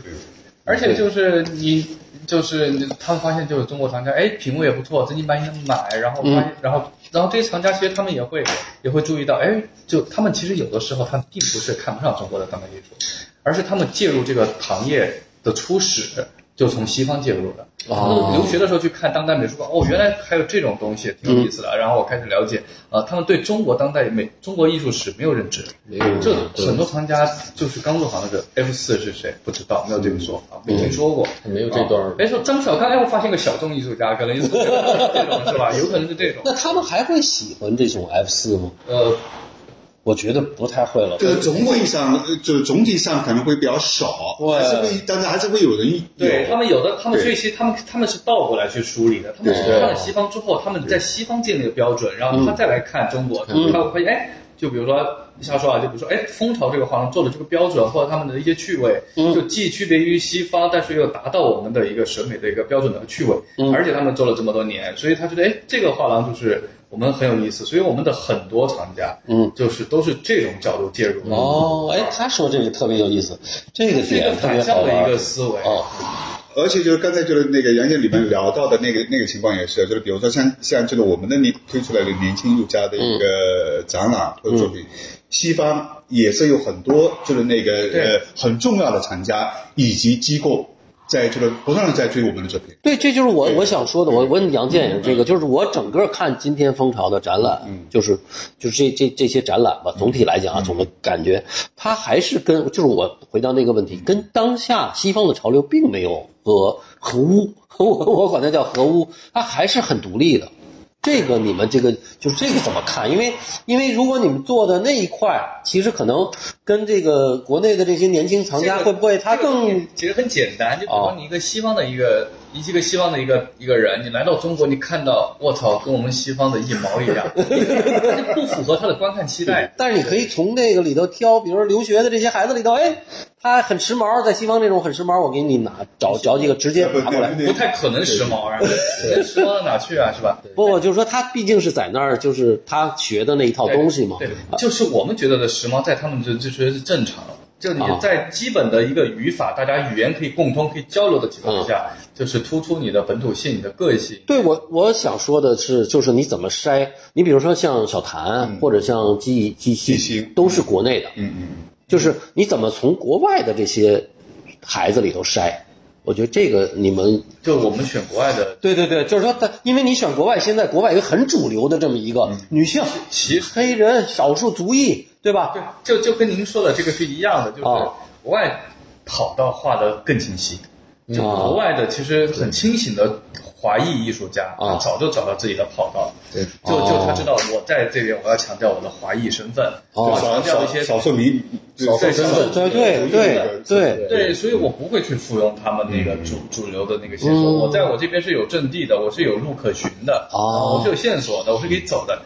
而且就是你，就是你他们发现就是中国藏家，哎，品味也不错，真金白银的买，然后发现，然后然后这些藏家其实他们也会也会注意到，哎，就他们其实有的时候他们并不是看不上中国的当代艺术，而是他们介入这个行业的初始就从西方介入的。
哦
他们留学的时候去看当代美术馆，哦，原来还有这种东西，挺有意思的。然后我开始了解，呃，他们对中国当代美中国艺术史没有认知，
没有
就
对
很多藏家就是刚入行的时候，F 四是谁不知道，没有这个说法，没听啊说过。
没嗯有这段
哦
儿
别说张小刚，哎，我发现个小众艺术家，可能就是这
[LAUGHS]
种是吧？有可能是这种。
那他们还会喜欢这种 F 四吗？
呃，
我觉得不太会了。
就是总体上，呃就是总体上可能会比较少，
对
还是会，但是还是会有人有。
对他们有的，他们
对
学习，他们他们是倒过来去梳理的，他们是
对
看了西方之后，他们在西方建立的标准，然后他再来看中国，
嗯
他会发现，哎，就比如说瞎说啊，就比如说，哎，蜂巢这个画廊做的这个标准或者他们的一些趣味，
嗯
就既区别于西方，但是又达到我们的一个审美的一个标准的趣味，
嗯
而且他们做了这么多年，所以他觉得，哎，这个画廊就是。我们很有意思，所以我们的很多藏家，
嗯，
就是都是这种角度介入的，
哦，哎，他说这个特别有意思，这个
是一个
点特别
反
好啊
向的
玩
一个思维，
哦，
而且就是刚才就是那个杨姐你们聊到的那个那个情况也是，就是比如说像像就是我们的年推出来的年轻艺术家的一个展览或者作品，西方也是有很多就是那个呃很重要的厂家以及机构在就是不断的在追我们的作品。
对，这就是我我想说的。我我问杨建也这个，就是我整个看今天蜂巢的展览，就是就是这这这些展览吧，总体来讲啊，总的感觉它还是跟就是我回到那个问题，跟当下西方的潮流并没有合合污，我我管它叫合污，它还是很独立的。这个你们这个就这个怎么看？因为因为如果你们做的那一块，其实可能跟这个国内的这些年轻藏家
这个
会不会他
这个东
更
西其实很简单，就比如
哦
说你一个西方的一个、一一个西方的一个一个人，你来到中国，你看到卧槽，跟我们西方的一毛一
[LAUGHS]
样，这不符合他的观看期待。
但是你可以从这个里头挑，比如说留学的这些孩子里头，哎，他很时髦，在西方这种很时髦，我给你拿找找几个直接拿过来。
嗯
不太可能时髦啊，人时髦到哪去啊，是吧？
不，我就是说他毕竟是在那儿，就是他学的那一套东西嘛。
对，就是我们觉得的时髦，在他们这这觉得是正常的。就你
哦
在基本的一个语法，大家语言可以共通、可以交流的情况下，
嗯
就是突出你的本土性、你的个性。
对我，我想说的是，就是你怎么筛？你比如说像小谭、或者像季季西
季星，
都是国内的，
嗯嗯，
就是你怎么从国外的这些孩子里头筛？我觉得这个你们
就我们选国外的，
对对对，就是说他，因为你选国外，现在国外有一个很主流的这么一个女性、
其
黑人、少数族裔，对吧？
对，就就跟您说的这个是一样的，就是
啊
国外跑道画的更清晰。就
啊
国外的其实很清醒的华裔艺术家，
啊
他早就找到自己的跑道，
对，
就就
哦
他知道我在这边我要强调我的华裔身份，
哦
我要
少
啊强调
少
一些
少数民，
少数身份
对对对对，
对，所以我不会去附庸他们那个主、主流的那个线索。
嗯
我在我这边是有阵地的，我是有路可循的，
哦嗯
我是有线索的，我是可以走的。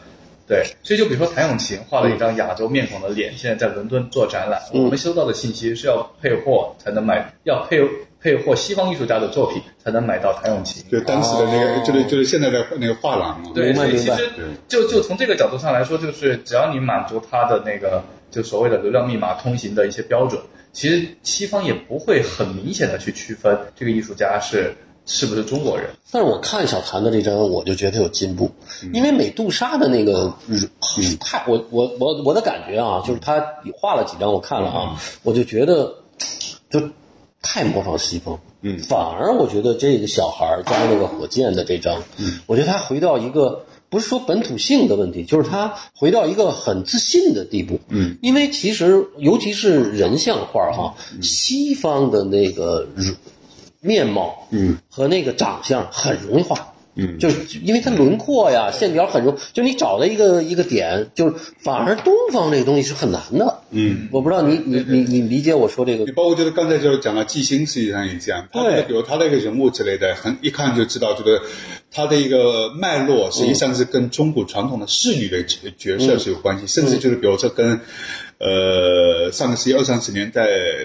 对，所以就比如说谭咏麟画了一张亚洲面孔的脸，现在在伦敦做展览，
嗯
我们收到的信息是要配货才能买，要配配货西方艺术家的作品才能买到谭咏麟。
就当时的那个，
哦
就是就是现在的那个画廊嘛，
对，
明白
所以其
明白
实
对
就就从这个角度上来说，就是只要你满足他的那个就所谓的流量密码通行的一些标准，其实西方也不会很明显的去区分这个艺术家是是不是中国人。
但是我看小谭的这张，我就觉得有进步，因为美杜莎的那个太，我我我我的感觉啊，就是他画了几张，我看了啊，我就觉得就太模仿西方，
嗯
反而我觉得这个小孩儿加那个火箭的这张，嗯，我觉得他回到一个不是说本土性的问题，就是他回到一个很自信的地步，
嗯，
因为其实尤其是人像画儿哈，西方的那个面貌，
嗯
和那个长相很容易画，
嗯，
就是因为它轮廓呀、线条很容，就你找到一个一个点，就是反而东方这个东西是很难的。
嗯。
我不知道你你你你理解我说这个
你包括就是刚才就是讲到纪星，实际上也这样，他
对
的比如他的一个人物之类的，很一看就知道，就是他的一个脉络，实际上是跟中国传统的侍女的角角色是有关系，甚至就是比如说跟，呃，上个世纪二三十年代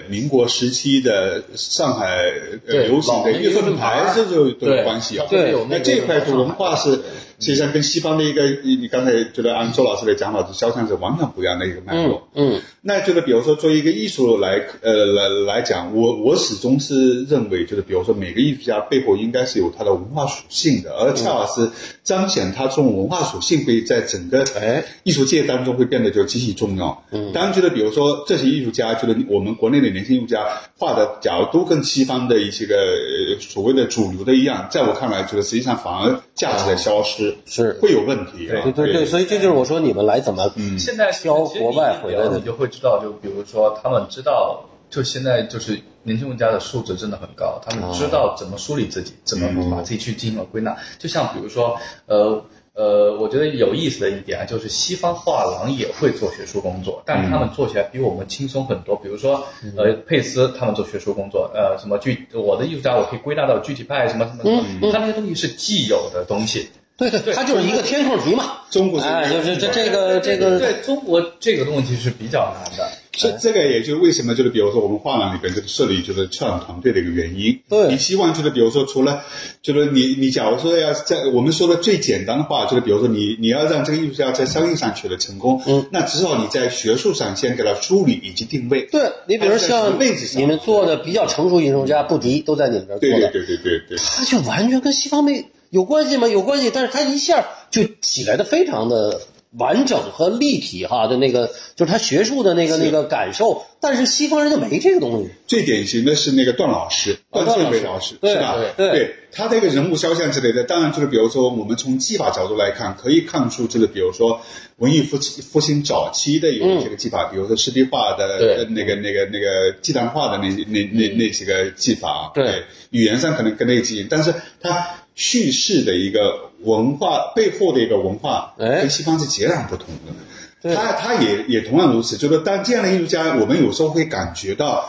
民国时期的上海呃
对
流行的
老的
月份
月
牌
份牌
这就都有
对
关系啊。
对有那
那
个
这一块的嗯文化是
对。
实际上跟西方的一个，你你刚才觉得按周老师的讲法是肖像是完全不一样的一个脉络。
嗯嗯
那就是比如说，作为一个艺术来呃来来讲，我我始终是认为，就是比如说每个艺术家背后应该是有他的文化属性的，而恰好是彰显他这种文化属性会在整个
哎
艺术界当中会变得就极其重要。嗯，当然觉得比如说这些艺术家，就是我们国内的年轻艺术家画的，假如都跟西方的一些个呃所谓的主流的一样，在我看来，就是实际上反而价值在消失，
是
会有问题啊。
对对对，所以这就是我说你们来怎么
嗯
现在
挑国外回来的
你就会知道，就比如说他们知道，就现在就是年轻艺术家的素质真的很高，他
哦
们知道怎么梳理自己，怎
嗯
么把自己去进行了归纳。就像比如说，呃呃，我觉得有意思的一点啊，就是西方画廊也会做学术工作，但是他
嗯
们做起来比我们轻松很多。比如说，呃，佩斯他们做学术工作，呃，什么具我的艺术家我可以归纳到具体派什么什么什么，
嗯
他那些东西是既有的东西。
对对，它就是一个天空题
[LAUGHS]
嘛。
中国是
哎，就是这这个这个，
对中国这个东西是比较难的。
哎
这这个也就是为什么就是比如说我们画廊里边这个设立就是策展团队的一个原因。
对
你希望就是比如说除了就是你你假如说要在我们说的最简单的话，就是比如说你你要让这个艺术家在商业上取得成功，
嗯，
那至少你在学术上先给他梳理以及定位。
对你比如像
位置上
你们做的比较成熟艺术家布迪都在你们这儿做
对
的，
对对对对对。
他就完全跟西方没有关系吗？有关系，但是他一下就起来的非常的完整和立体哈的那个，就是他学术的那个那个感受，但是西方人就没这个东西。
最典型的是那个段老师，
哦
段建伟
段老
老
师
师，
对
是吧？
对
他这个人物肖像之类的，当然就是比如说我们从技法角度来看，可以看出就是比如说文艺复复兴早期的有一些个技法，比如说湿地画的
对
呃那个那个那个鸡蛋画的那那那那几个技法，啊
对
语言上可能跟那个基因，但是它叙事的一个文化背后的一个文化，
哎
跟西方是截然不同的。
对
他他也也同样如此，就是当这样的艺术家，我们有时候会感觉到。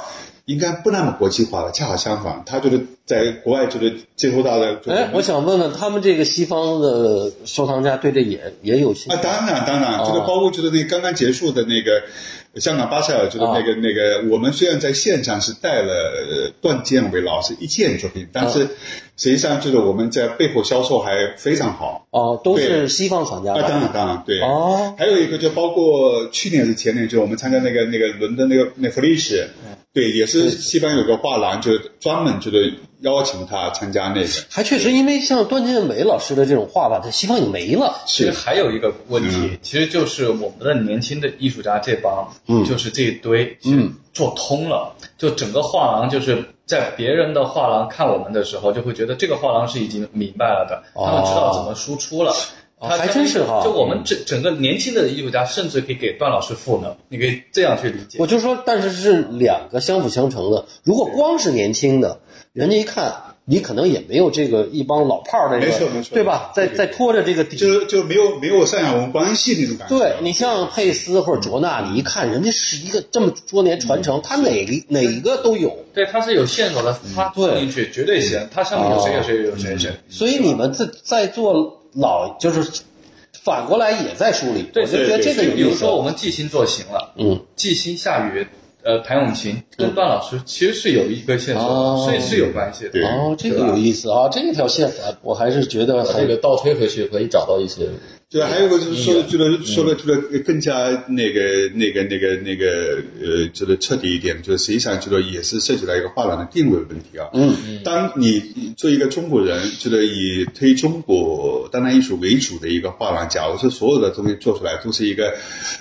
应该不那么国际化了，恰好相反，他就是在国外就是接触到的。就是
哎，我想问问他们这个西方的收藏家对这也也有兴
啊，
趣？哦
当然当然，就是包括就是那刚刚结束的那个，香港巴塞尔就是
哦
那个、那个，我们虽然在线上是带了呃断件为老师一件作品，但
哦
是实际上就是我们在背后销售还非常好。
哦，都
对
是西方厂家
啊，
吧？
当然当然对。
哦，
还有一个就包括去年还是前年，就我们参加那个那个伦敦那个那弗利什，
嗯
对，也是西班牙有个画廊，就是专门就是邀请他参加那个，
还确实因为像段建伟老师的这种画吧，在西方也没了。
其实
是
还有一个问题，其实就是我们的年轻的艺术家这帮，
嗯
就是这一堆，
嗯，
做通了，就整个画廊就是在别人的画廊看我们的时候，就会觉得这个画廊是已经明白了的，
哦
他们知道怎么输出了。
哦
他
还真是哈嗯
就我们整整个年轻的艺术家，甚至可以给段老师赋能，你可以这样去理解
我。就说，但是是两个相辅相成的。如果光是年轻的，人家一看你可能也没有这个一帮老炮儿的、这个，
没错没错
对吧？在
对
在拖着这个底，
就就没有没有赡养文关系那种感觉。
对你像佩斯或者卓纳，你一看人家是一个这么多年传
嗯
承，他哪个哪一个都有。
对，他是有线索的，他放
嗯对哦嗯
进去绝对行，他上面有谁有谁有谁有谁。
所以你们在在做老，就是反过来也在梳理。
对
我就觉得这
对
个
就
有
比
意
如
思。
说我们季星做行了，
嗯，
季星夏雨，呃，谭咏麟跟段老师其实是有一个线索的，
哦
所以是有关系的。
对
哦，这个有意思啊，这条线我还是觉得
把这
很
个倒推回去，可以找到一些
对，还有个就是说的，就是说的，就是更加那个、那个、那个、那个，呃，就是彻底一点，就是实际上就是也是涉及到一个画廊的定位问题啊。
嗯，
当你做一个中国人，就是以推中国当代艺术为主的一个画廊，假如是所有的东西做出来都是一个，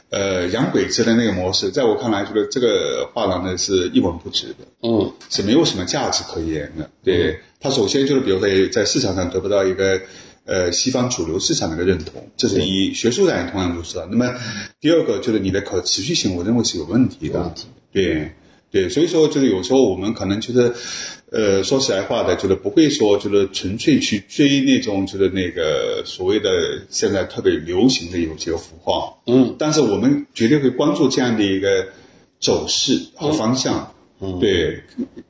呃，洋鬼子的那个模式，在我看来，就是这个画廊呢是一文不值的。
嗯
是没有什么价值可言的。对，它首先就是比如说在市场上得不到一个呃西方主流市场的一个认同，这是一学术上也同样如此啊。那么第二个就是你的可持续性，我认为是有问题的。对。对，所以说就是有时候我们可能觉得，呃，说实在话的，就是不会说就是纯粹去追那种就是那个所谓的现在特别流行的有些符号，
嗯，
但是我们绝对会关注这样的一个走势和方向，嗯，对，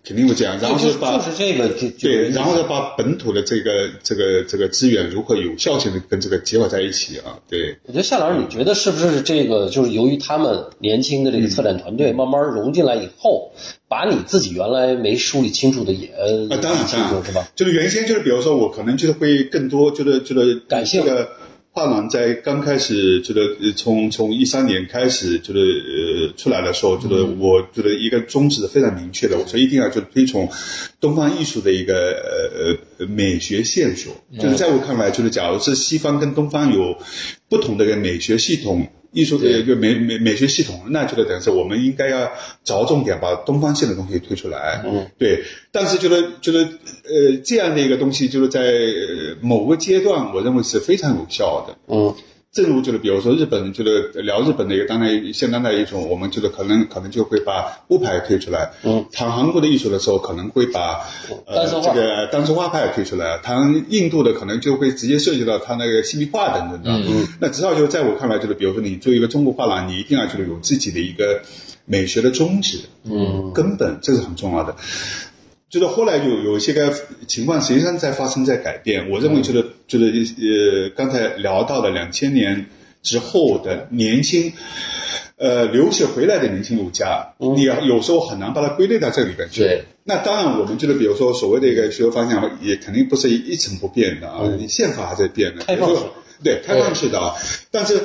肯定会这样。然后
就是
把、
就是这个就就
对，然后再把本土的这个这个这个资源如何有效性的跟这个结合在一起啊，对，
我觉得夏老师，你觉得是不是这个就是由于他们年轻的这个策展团
嗯
队慢慢融进来以后，把你自己原来没梳理清楚的也
啊，当然，
清
当
楚
然
是吧？？
就是原先就是，比如说我可能就是会更多，就是就是
感性
这个画廊在刚开始就是呃从从一三年开始就是呃出来的时候，就是我觉得一个宗旨是非常明确的，我说一定要就是推崇东方艺术的一个呃呃美学线索，就是在我看来，就是假如是西方跟东方有不同的一个美学系统。艺术的一个美美美学系统，那就等于是我们应该要着重点把东方性的东西推出来。嗯，对。但是就是就是呃这样的一个东西，就是在呃某个阶段，我认为是非常有效的。
嗯，
正如就是比如说日本，就是聊日本的一个当代现当代艺术，我们就是可能可能就会把物派推出来。
嗯，哦
谈韩国的艺术的时候，可能会把
单
呃
色画
这个单色画派推出来；谈印度的可能就会直接涉及到它那个西壁画等等的。嗯，那至少就是在我看来，就是比如说你做一个中国画廊，你一定要就是有自己的一个美学的宗旨。嗯，根本这是很重要的。就是后来有有一些个情况，实际上在发生在改变。我认为就是就是呃，刚才聊到的两千年之后的年轻，呃，留学回来的年轻艺术家，你有时候很难把它归类到这里边去。
对。
那当然，我们就是比如说所谓的一个学术方向，也肯定不是一成不变的啊，宪法还在变呢。
嗯开放式
比如说对，开放式的啊。但是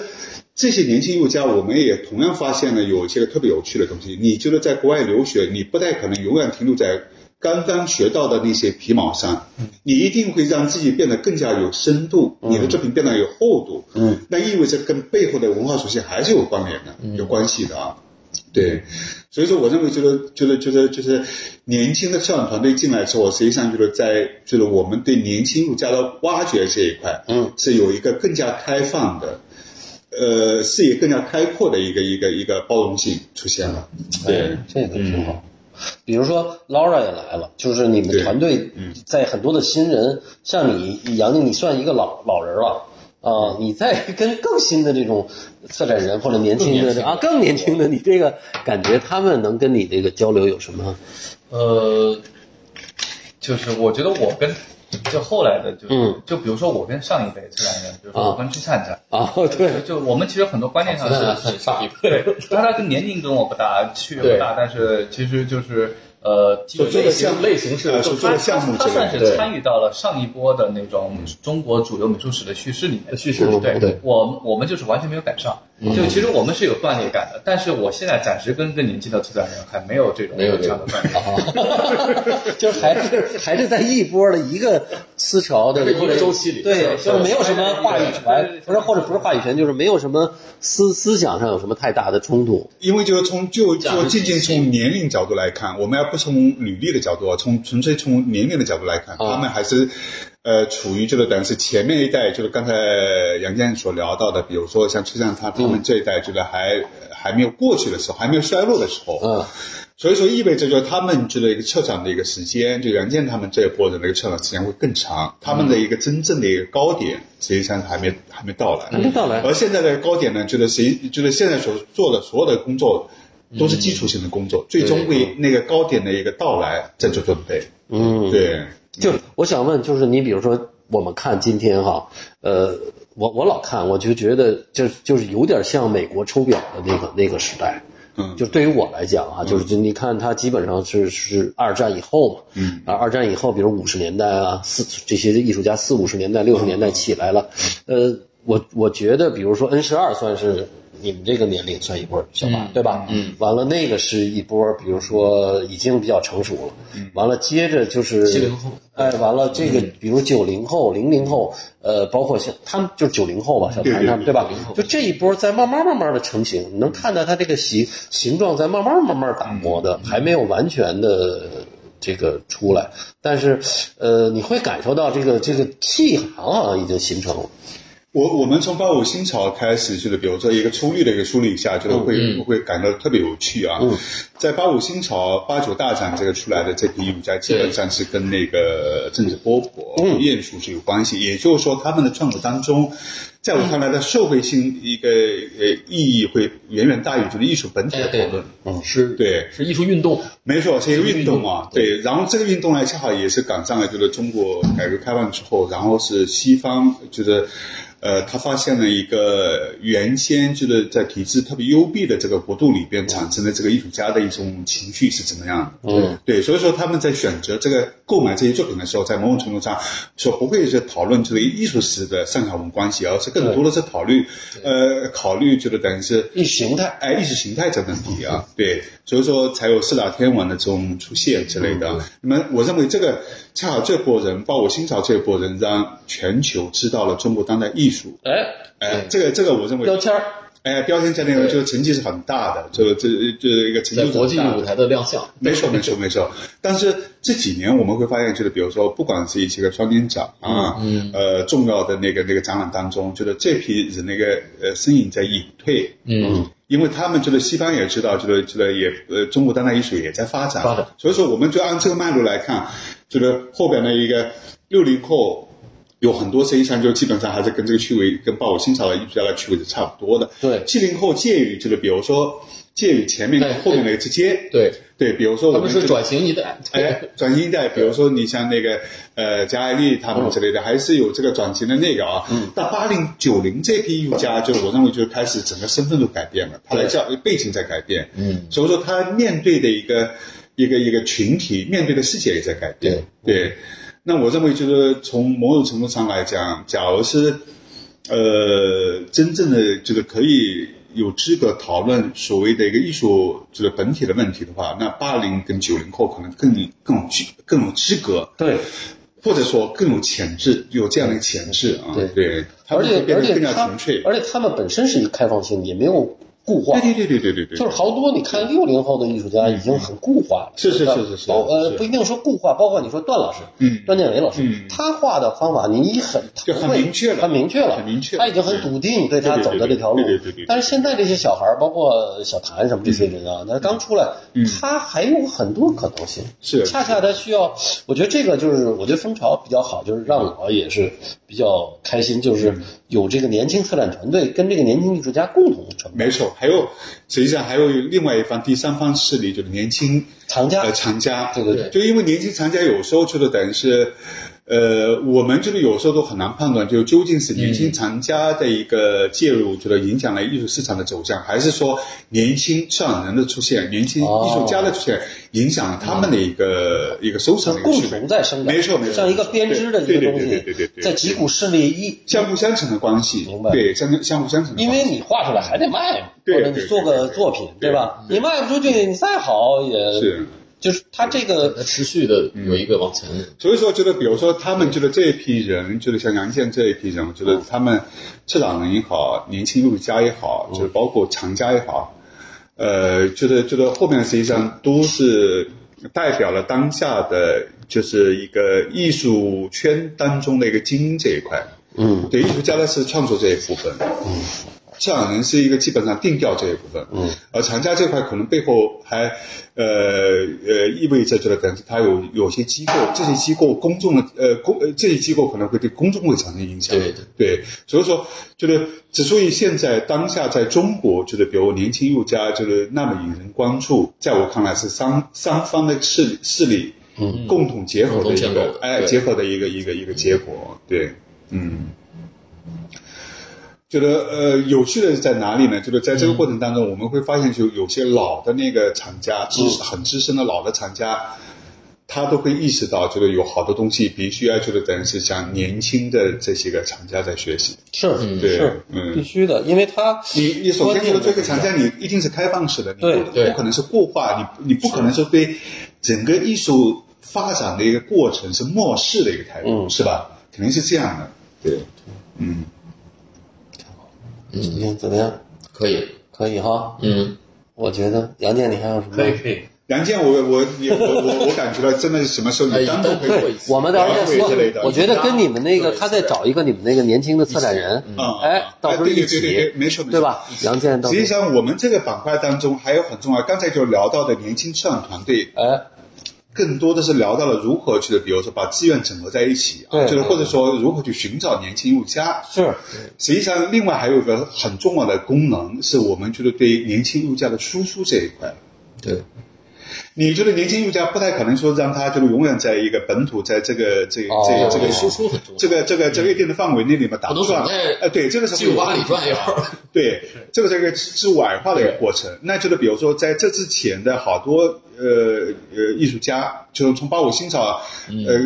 这些年轻艺术家，我们也同样发现了有一些个特别有趣的东西。你觉得在国外留学，你不太可能永远停留在刚刚学到的那些皮毛上，
嗯
你一定会让自己变得更加有深度，你的作品变得有厚度。
嗯，
那意味着跟背后的文化属性还是有关联的，有关系的啊。对，所以说我认为就是就是就是就是年轻的校长团队进来之后，实际上就是在就是我们对年轻艺术家的挖掘这一块，
嗯，
是有一个更加开放的，呃，视野更加开阔的一个一个一个包容性出现了。对，
这个挺好。比如说 Laura 也来了，就是你们
嗯对嗯
团队在很多的新人，像你杨静，你算一个老老人了。
嗯
啊、你在 [LAUGHS] 跟更新的这种策展人或者年轻的啊，更年轻的，你这个感觉他们能跟你这个交流有什么？
呃，就是我觉得我跟就后来的就
嗯
就比如说我跟上一辈这两个人，比如说我跟之下家，
啊，对，
就我们其实很多观念上
那
是
很上一辈，
对，当然他年龄跟我不大，区别不大，但是其实就是呃，基本
就
做
类
的
型
项
类型是
呃
更
是做的项目
他
之类
算
的，
是参与到了上一波的那种中国主流美术史的叙事里面。叙事对，
对
我们我们就是完全没有赶上，就其实我们是有断裂感的，但是我现在暂时跟这年纪的策展人还没有这种
没有这
这
种
样的断裂感。
[LAUGHS] 就是还是还是在一波的一个思潮的
还是一个周期里
对，
是
就是没有什么话语权，不是或者不是话语权，就是没有什么思思想上有什么太大的冲突。
因为就是从就
讲
就仅仅从年龄角度来看，我们要不从履历的角度啊，从纯粹从年龄的角度来看，他们还是呃处于这个等于是前面一代，就是刚才杨建所聊到的，比如说像崔善他他们这一代，觉得还、还没有过去的时候，还没有衰落的时候，
嗯，
所以说意味着就是他们这个一个策展的一个时间，就杨建他们这一波人的一个策展时间会更长，他们的一个真正的一个高点，实际上还没还没到来，
还没到来
而现在的高点呢，就是谁就是现在所做的所有的工作。都
嗯
是基础性的工作，最终为那个高点的一个到来在做准备。
嗯，
对，
就是我想问，就是你比如说，我们看今天哈，呃，我我老看，我就觉得就就是有点像美国抽表的那个那个时代。
嗯
就是对于我来讲啊，就是就你看，它基本上是是二战以后嘛，
嗯，
啊，二战以后，比如五十年代啊，四这些艺术家四五十年代、六十年代起来了，呃，我我觉得，比如说 N 十二算是你们这个年龄算一波小吧，对吧？嗯，完了那个是一波，比如说已经比较成熟了，嗯，完了接着就是
七零后
哎，完了这个，比如九零后、零零后，呃，包括像他们就是九零后吧，小谭他们对吧？就这一波在慢慢慢慢的成型，你能看到它这个形形状在慢慢慢慢打磨的，
嗯
还没有完全的这个出来，但是呃，你会感受到这个这个气行好像已经形成了，
我我们从八五新潮开始，就是比如说一个粗略的一个梳理一下，觉得
嗯
会、会感到特别有趣啊。在八五新潮、八九大展这个出来的这批艺术家，基本上是跟那个政治波普、
嗯
吴彦祖是有关系。也就是说，他们的创作当中，在我看来的社会性一个呃意义会远远大于这个艺术本体的
哎对
讨论。
嗯
是
对
是艺术运动，
没错，是一个运动嘛，对。然后这个运动呢，恰好也是赶上了，就是中国改革开放之后，然后是西方，就是，呃，他发现了一个原先就是在体制特别幽闭的这个国度里边产生的这个艺术家的一种情绪是怎么样的？
嗯，
对。所以说他们在选择这个购买这些作品的时候，在某种程度上说不会是讨论这个艺术史的上下文关系，而是更多的是考虑，呃，考虑就是等于是
意识形态。
哎，意识形态这问题啊，对，所以说才有四大天王的这种出现之类
嗯
的。那么，我认为这个恰好这波人，包括新潮这波人，让全球知道了中国当代艺术。
哎，
哎，这个这个，我认为
标签儿，
哎，标签在内容就是成绩是很大的，这个这这一个成
在
就
国际
很大的
舞台的亮相，
没错，没错，没错。但是这几年我们会发现，就是比如说，不管是一些个双年展啊，嗯，呃，重要的那个那个展览当中，就是这批人那个呃身影在隐退，
嗯，
因为他们觉得西方也知道，觉得觉得也呃中国当代艺术也在发展，
发展
所以说我们就按这个脉络来看，就是后边的一个六零后。有很多实际上就基本上还是跟这个趣味，跟报我新潮的艺术家的趣味是差不多的。
对
七零后介于就是比如说介于前面跟
对
后面的一个之间，
对，
对，比如说
他们
我们
是
这
转型一代，
哎，转型一代，比如说你像那个呃贾爱丽他
哦
们之类的，还是有这个转型的那个啊。嗯。到八零九零这批艺术家，就我认为就开始整个身份都改变了，他的教育背景在改变。嗯。所以说他面对的一个一个一个群体，面对的世界也在改变。对。
嗯
那我认为就是从某种程度上来讲，假如是呃真正的这个可以。有资格讨论所谓的一个艺术这个本体的问题的话，那八零跟九零后可能更更有资更有资格，
对，
或者说更有潜质，有这样的一个潜质啊，
对
对，他
而
们会
且
变
而
得
且
更加
他
纯粹，
而且他们本身是一开放性，也没有固化，
对对对对对对
就
对
是，好多你看六零后的艺术家已经很固化了，
是是
吧
是是是
包呃
是
不一定说固化，包括你说段老师，
嗯
段建伟老师，
嗯
他画的方法你很他
就很
会
明确了
很明确了，
很明确了
他已经很笃定对他
对对
走的这条路，
对对对对对对嗯
但是现在这些小孩儿，包括小谭什么这些人啊，他刚出来，他还有很多可能性，
是
恰恰他需要，我觉得这个就是我觉得蜂巢比较好，就是让我也是比较开心，就是
嗯
有这个年轻策展团队跟这个年轻艺术家共同成长，
没错。还有实际上还有另外一方第三方势力，就是年轻
藏家
呃藏家，
对对对
就因为年轻藏家有时候就是等于是，呃，我们就是有时候都很难判断，就究竟是年轻藏家的一个介入，觉得影响了艺术市场的走向，还是说年轻策展人的出现、年轻艺术家的出现，影响了他们的一个、一个收嗯藏的一个
共
趋势
同在生长，
没错没错
像一个编织的一
对
个
对
东
对对对对
西
对，
在几股势力一，
相互相成的关系
明白，
对，相相互相成的
因
关系
为你画出来还得卖嘛，
嗯对
或者你
对
做个
对对
作品，
对嗯
吧？你卖不出去，你再好也
是，
就是它这个
它持续的有一个往前，
所以说，觉得比如说他们觉得这一批人，就是像杨建这一批人，我觉得他们策展人也好，年轻艺术家也好，就是包括藏家也好，呃，觉得觉得后面实际上都是代表了当下的就是一个艺术圈当中的一个精英这一块。
嗯，
对，艺术家的是创作这一部分，嗯，策展人是一个基本上定调这一部分，嗯，而藏家这块可能背后还，呃呃，意味着就是等于他有有些机构，这些机构公众的呃公呃这些机构可能会对公众会产生影响，
对对
对，所以说就是之所以现在当下在中国就是比如年轻艺术家就是那么引人关注，在我看来是三三方的势力势力。嗯，共同结合的一
共同建构
个
的，
哎，
对
结合的一个一个一个结果，对，嗯。觉得呃有趣的是在哪里呢？就是在这个过程当中，我们会发现，就有些老的那个厂家，资很资深的老的厂家，他都会意识到，觉得有好多东西必须要，就是等于是向年轻的这些个厂家在学习。
是
对
是
嗯
必须的，因为它
你你首先觉得这个厂
家
家，你一定是开放式的，你
对
不
对
不可能是固化，你你不可能说对整个艺术发展的一个过程是漠视的一个态度，
嗯
是吧？肯定是这样的。对，嗯，
嗯怎么样？
可以，
可以哈，
嗯，
我觉得杨建，你还有什么？
可以可以，
杨建，我我你我我我感觉到真的是什么时候
哎
你单独
单独
会
会
过
对，我们到时候再
我也是这
说
个。
我觉得跟你们那个，
对
他再找一个你们那个年轻的策展人，
嗯
哎，到时候一起，
哎对对对对没错没错
对吧？杨建到
实际
时候，
上，我们这个板块当中还有很重要，刚才就聊到的年轻策展团队，
哎，
更多的是聊到了如何去，比如说把资源整合在一起啊，
对
就是或者说如何去寻找年轻艺术家。
是
实际上，另外还有一个很重要的功能，是我们觉得对于年轻艺术家的输出这一块。
对，
你觉得年轻艺术家不太可能说让他就是永远在一个本土，在这个这个这
哦
个这个
输出很重要，
这个这个这个一定的范围内里面打
嗯不能
转
总在，
呃，对，这个是
酒吧里转悠
对，这个是一个自我矮化的一个过程。那就是比如说，在这之前的好多呃呃艺术家，就是从八五新潮，呃呃，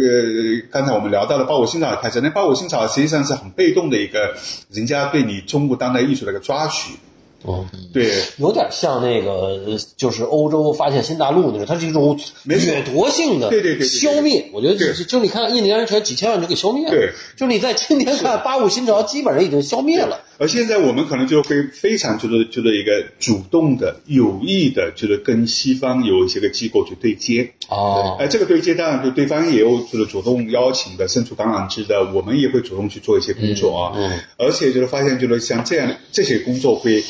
刚才我们聊到了八五新潮开始，那八五新潮实际上是很被动的一个人家对你中国当代艺术的一个抓取，
哦，
对。
有点像那个呃就是欧洲发现新大陆那种，它是一种
没错
掠夺性的
对对对对对
消灭。我觉得就
对
是就你看印第安人全几千万就给消灭了，
对，
就是你在今天看八五新潮基本上已经消灭了，
而现在我们可能就会非常就是就是一个主动的、有意的，就是跟西方有一些个机构去对接，
哦，
哎，这个对接当然就对方也有就是主动邀请的，伸出橄榄枝的，我们也会主动去做一些工作啊。
嗯嗯
而且就是发现就是像这样这些工作会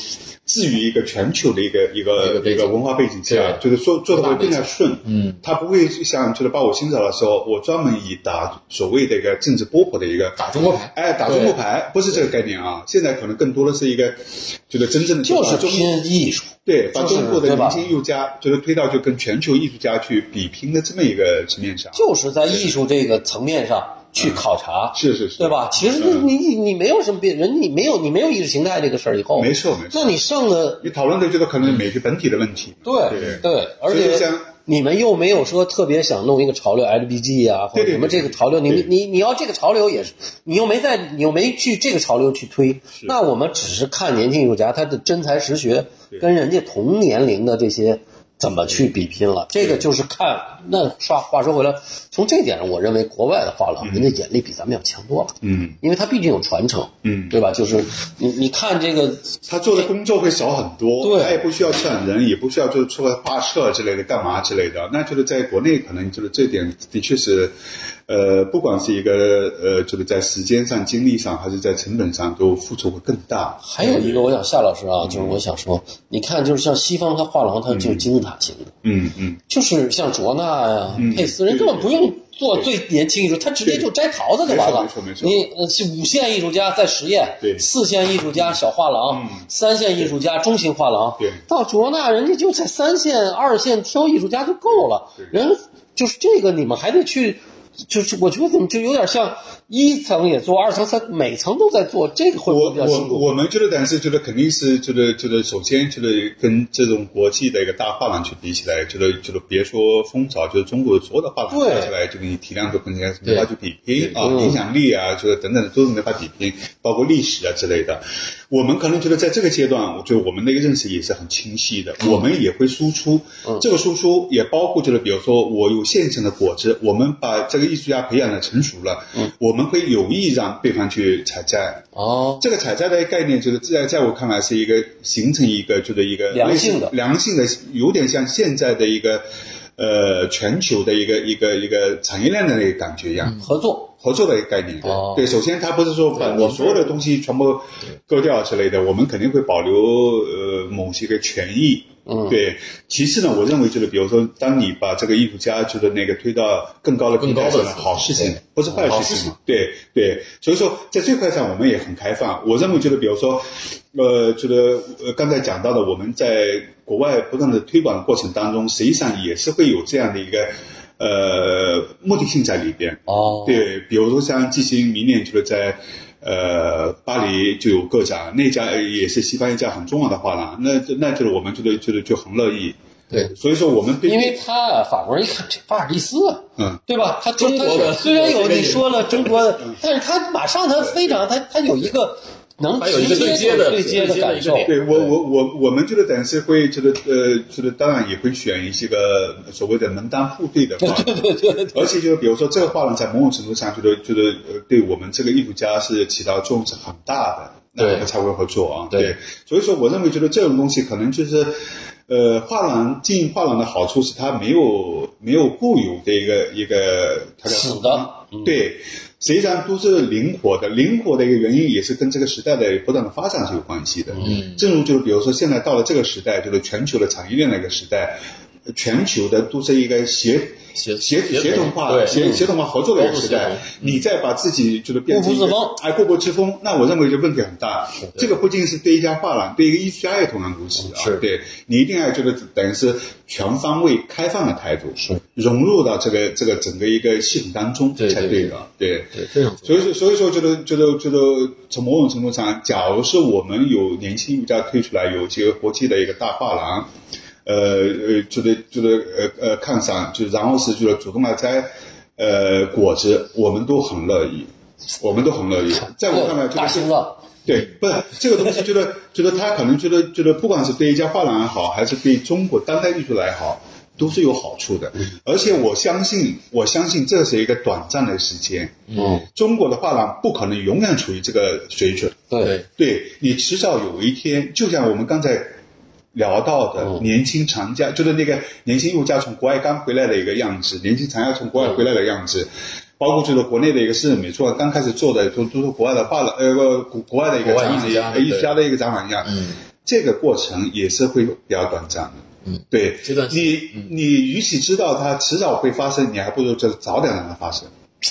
置于一个全球的一个一
一
个
个背景
文化背景下，
对
就是做做的会更加顺。
嗯，
他不会像就是八五新潮的时候，我专门以打所谓的一个政治波普的一个
打中国牌，
哎打中国牌，不是这个概念啊。现在可能更多的是一个就是真正的
就是
中
拼艺术，
对，把
就是
中国的
对吧
年轻艺术家就是推到就跟全球艺术家去比拼的这么一个层面上。
就是在艺术这个层面上去考察，
是是是，
对？吧？其实你你你没有什么别人，你没有你没有意识形态这个事儿以后，
没错没错
那你剩的
你讨论的就是可能每个本体的问题。
对
对
对，而
所以就
且
像
你们又没有说特别想弄一个潮流 LBG 啊，或
对对
者什么这个潮流，你
对
你你要这个潮流也是，你又没在，你又没去这个潮流去推，那我们只是看年轻艺术家他的真才实学跟人家同年龄的这些。怎么去比拼了？这个就是看那话话说回来，从这点上，我认为国外的画廊人家眼力比咱们要强多了，
嗯
因为它毕竟有传承，
嗯，
对吧？就是你你看这个
他做的工作会少很多，
对
他也不需要劝人，也不需要就是出来画社之类的干嘛之类的。那就是在国内可能就是这点的确是，呃，不管是一个呃，就是在时间上、精力上，还是在成本上，都付出会更大。
还有一个，我想夏老师啊，就是我想说，你看，就是像西方它画廊，它就是金字塔型的，
嗯嗯，
就是像卓纳呀、
嗯
佩斯，人
对
根本不用做
对
最年轻艺术，他直接就摘桃子就完了
没错没。错没
你呃是五线艺术家在实验
对，
四线艺术家小画廊
嗯，
三线艺术家中型画廊
对，
到卓纳人家就在三线、二线挑艺术家就够了
对，对
人就是这个你们还得去就是我觉得怎么就有点像一层也做，二层三每层都在做，这个会不
我
会比较辛
我
苦？
我们觉得，但是觉得肯定是觉得觉得，首先觉得跟这种国际的一个大画廊去比起来，觉得觉得别说蜂巢，就是中国所有的画廊
对
比起来，就跟你体量都跟人家没法去比拼啊，
嗯
影响力啊，就是等等都是没法比拼，包括历史啊之类的。我们可能觉得在这个阶段，我觉得我们的一个认识也是很清晰的，
嗯
我们也会输出，这个输出也包括就是比如说我有现成的果子，我们把这个艺术家培养的成熟了，
嗯
我们会有意让对方去采摘。
哦，
这个采摘的概念，就是在在我看来是一个形成一个就是一个
良性的
类似良性的，有点像现在的一个呃全球的一个一个一个产业链的那个感觉一样。
合作
合作的一个概念，
哦
对，首先它不是说把我所有的东西全部割掉之类的，我们肯定会保留呃某些个权益，
嗯
对。其次呢，我认为就是比如说，当你把这个艺术家觉得那个推到更高的
更
平
高
台
的
上了，
层
好事情
对，
不是坏
好
事
事
情嘛，对对。所以说在这块上我们也很开放，我认为就是比如说，呃，觉得呃刚才讲到的，我们在国外不断的推广的过程当中，实际上也是会有这样的一个。呃，目的性在里边，
哦，
对，比如说像季星，明年就是在呃巴黎就有个展，那家呃也是西方一家很重要的画廊，那那就是我们觉得觉得就很乐意。
对，
所以说我们对
因为他啊法国人一看这巴尔利斯啊，
嗯
对吧？他中
中国的
虽然有
这个
你
也
说了中国的，但是他马上他非常他他有一个能
他有一
直
个对
接
接的
对接的
对接的
感
一个
受，
点
对我我我我们觉得等是会觉得呃觉得当然也会选一些个所谓的门当户对的画
[LAUGHS]
廊，对对对而且就是比如说这个画廊在某种程度上觉得觉得呃对我们这个艺术家是起到作用是很大的，那
对
我们才会合作啊，
对
所以说我认为觉得这种东西可能就是。呃，画廊进画廊的好处是它没有没有固有的一个一个它叫什么
死的
对，实际上都是灵活的。灵活的一个原因也是跟这个时代的不断的发展是有关系的。嗯，正如就是比如说现在到了这个时代，就是全球的产业链的一个时代，呃全球的都是一个协。
协
协
协同
协同化、
对
协
嗯
协同化合作的一个时
高度
代
协同，嗯
你再把自己就是变成一
固步自
个
封
哎固步自封，那我认为这问题很大。这个不仅是对一家画廊，对一个艺术家也同样如此啊。
是
对你一定要觉得等于是全方位开放的态度，是融入到这个这个整个一个系统当中
对
才
对
的。对，
对，非常
所以说，所以说，觉得觉得觉得，从某种程度上，假如是我们有年轻艺术家推出来，有几个国际的一个大画廊，呃呃，觉得觉得呃呃看上，就然后是就是主动来摘，呃果子，我们都很乐意，我们都很乐意。在我看来，这
大
个是
兴了。
对，不是这个东西，觉得 [LAUGHS] 觉得他可能觉得觉得，不管是对一家画廊也好，还是对中国当代艺术来好，都是有好处的。而且我相信，我相信这是一个短暂的时间。
嗯，
中国的画廊不可能永远处于这个水准，
对，
对你迟早有一天，就像我们刚才聊到
嗯
的，年轻藏家，就是那个年轻艺术家从国外刚回来的一个样子，年轻藏家从国外回来的样子，包括就是国内的一个市美术馆刚开始做的，都都是国外的画廊，呃，国国外的一个
国外
展
艺
览
术
一
家
样，呃艺术家的一个展览一样，
嗯，
这个过程也是会比较短暂的。
嗯，
对，
这段时嗯
你你与其知道它迟早会发生，你还不如就早点让它发生。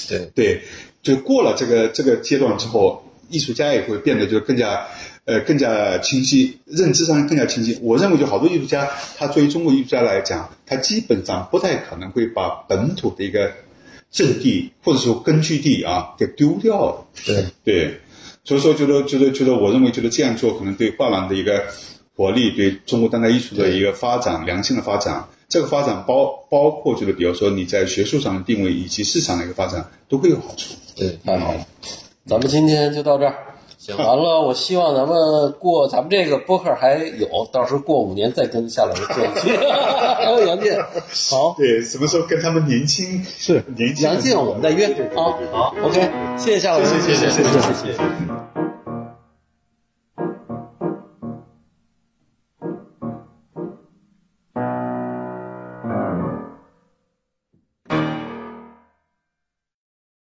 对，
对，就过了这个这个阶段之后，艺术家也会变得就更加呃更加清晰，认知上更加清晰。我认为就好多艺术家，他作为中国艺术家来讲，他基本上不太可能会把本土的一个阵地或者说根据地啊给丢掉了。
对
对，所以说觉得觉得觉得，我认为觉得这样做可能对画廊的一个活力，对中国当代艺术的一个发展，良性的发展。这个发展包包括就是比如说你在学术上的定位以及市场的一个发展都会有好处。
对，
太好了，咱们今天就到这儿。
行
完了，我希望咱们过咱们这个播客还有，到时候过五年再跟夏老师做一期， [LAUGHS] 还有杨健，好，
对，什么时候跟他们年轻是年轻
杨
人
健我们再约
对对对对
啊
对对。
好，OK，谢谢夏老师，
谢谢谢谢谢谢
谢谢。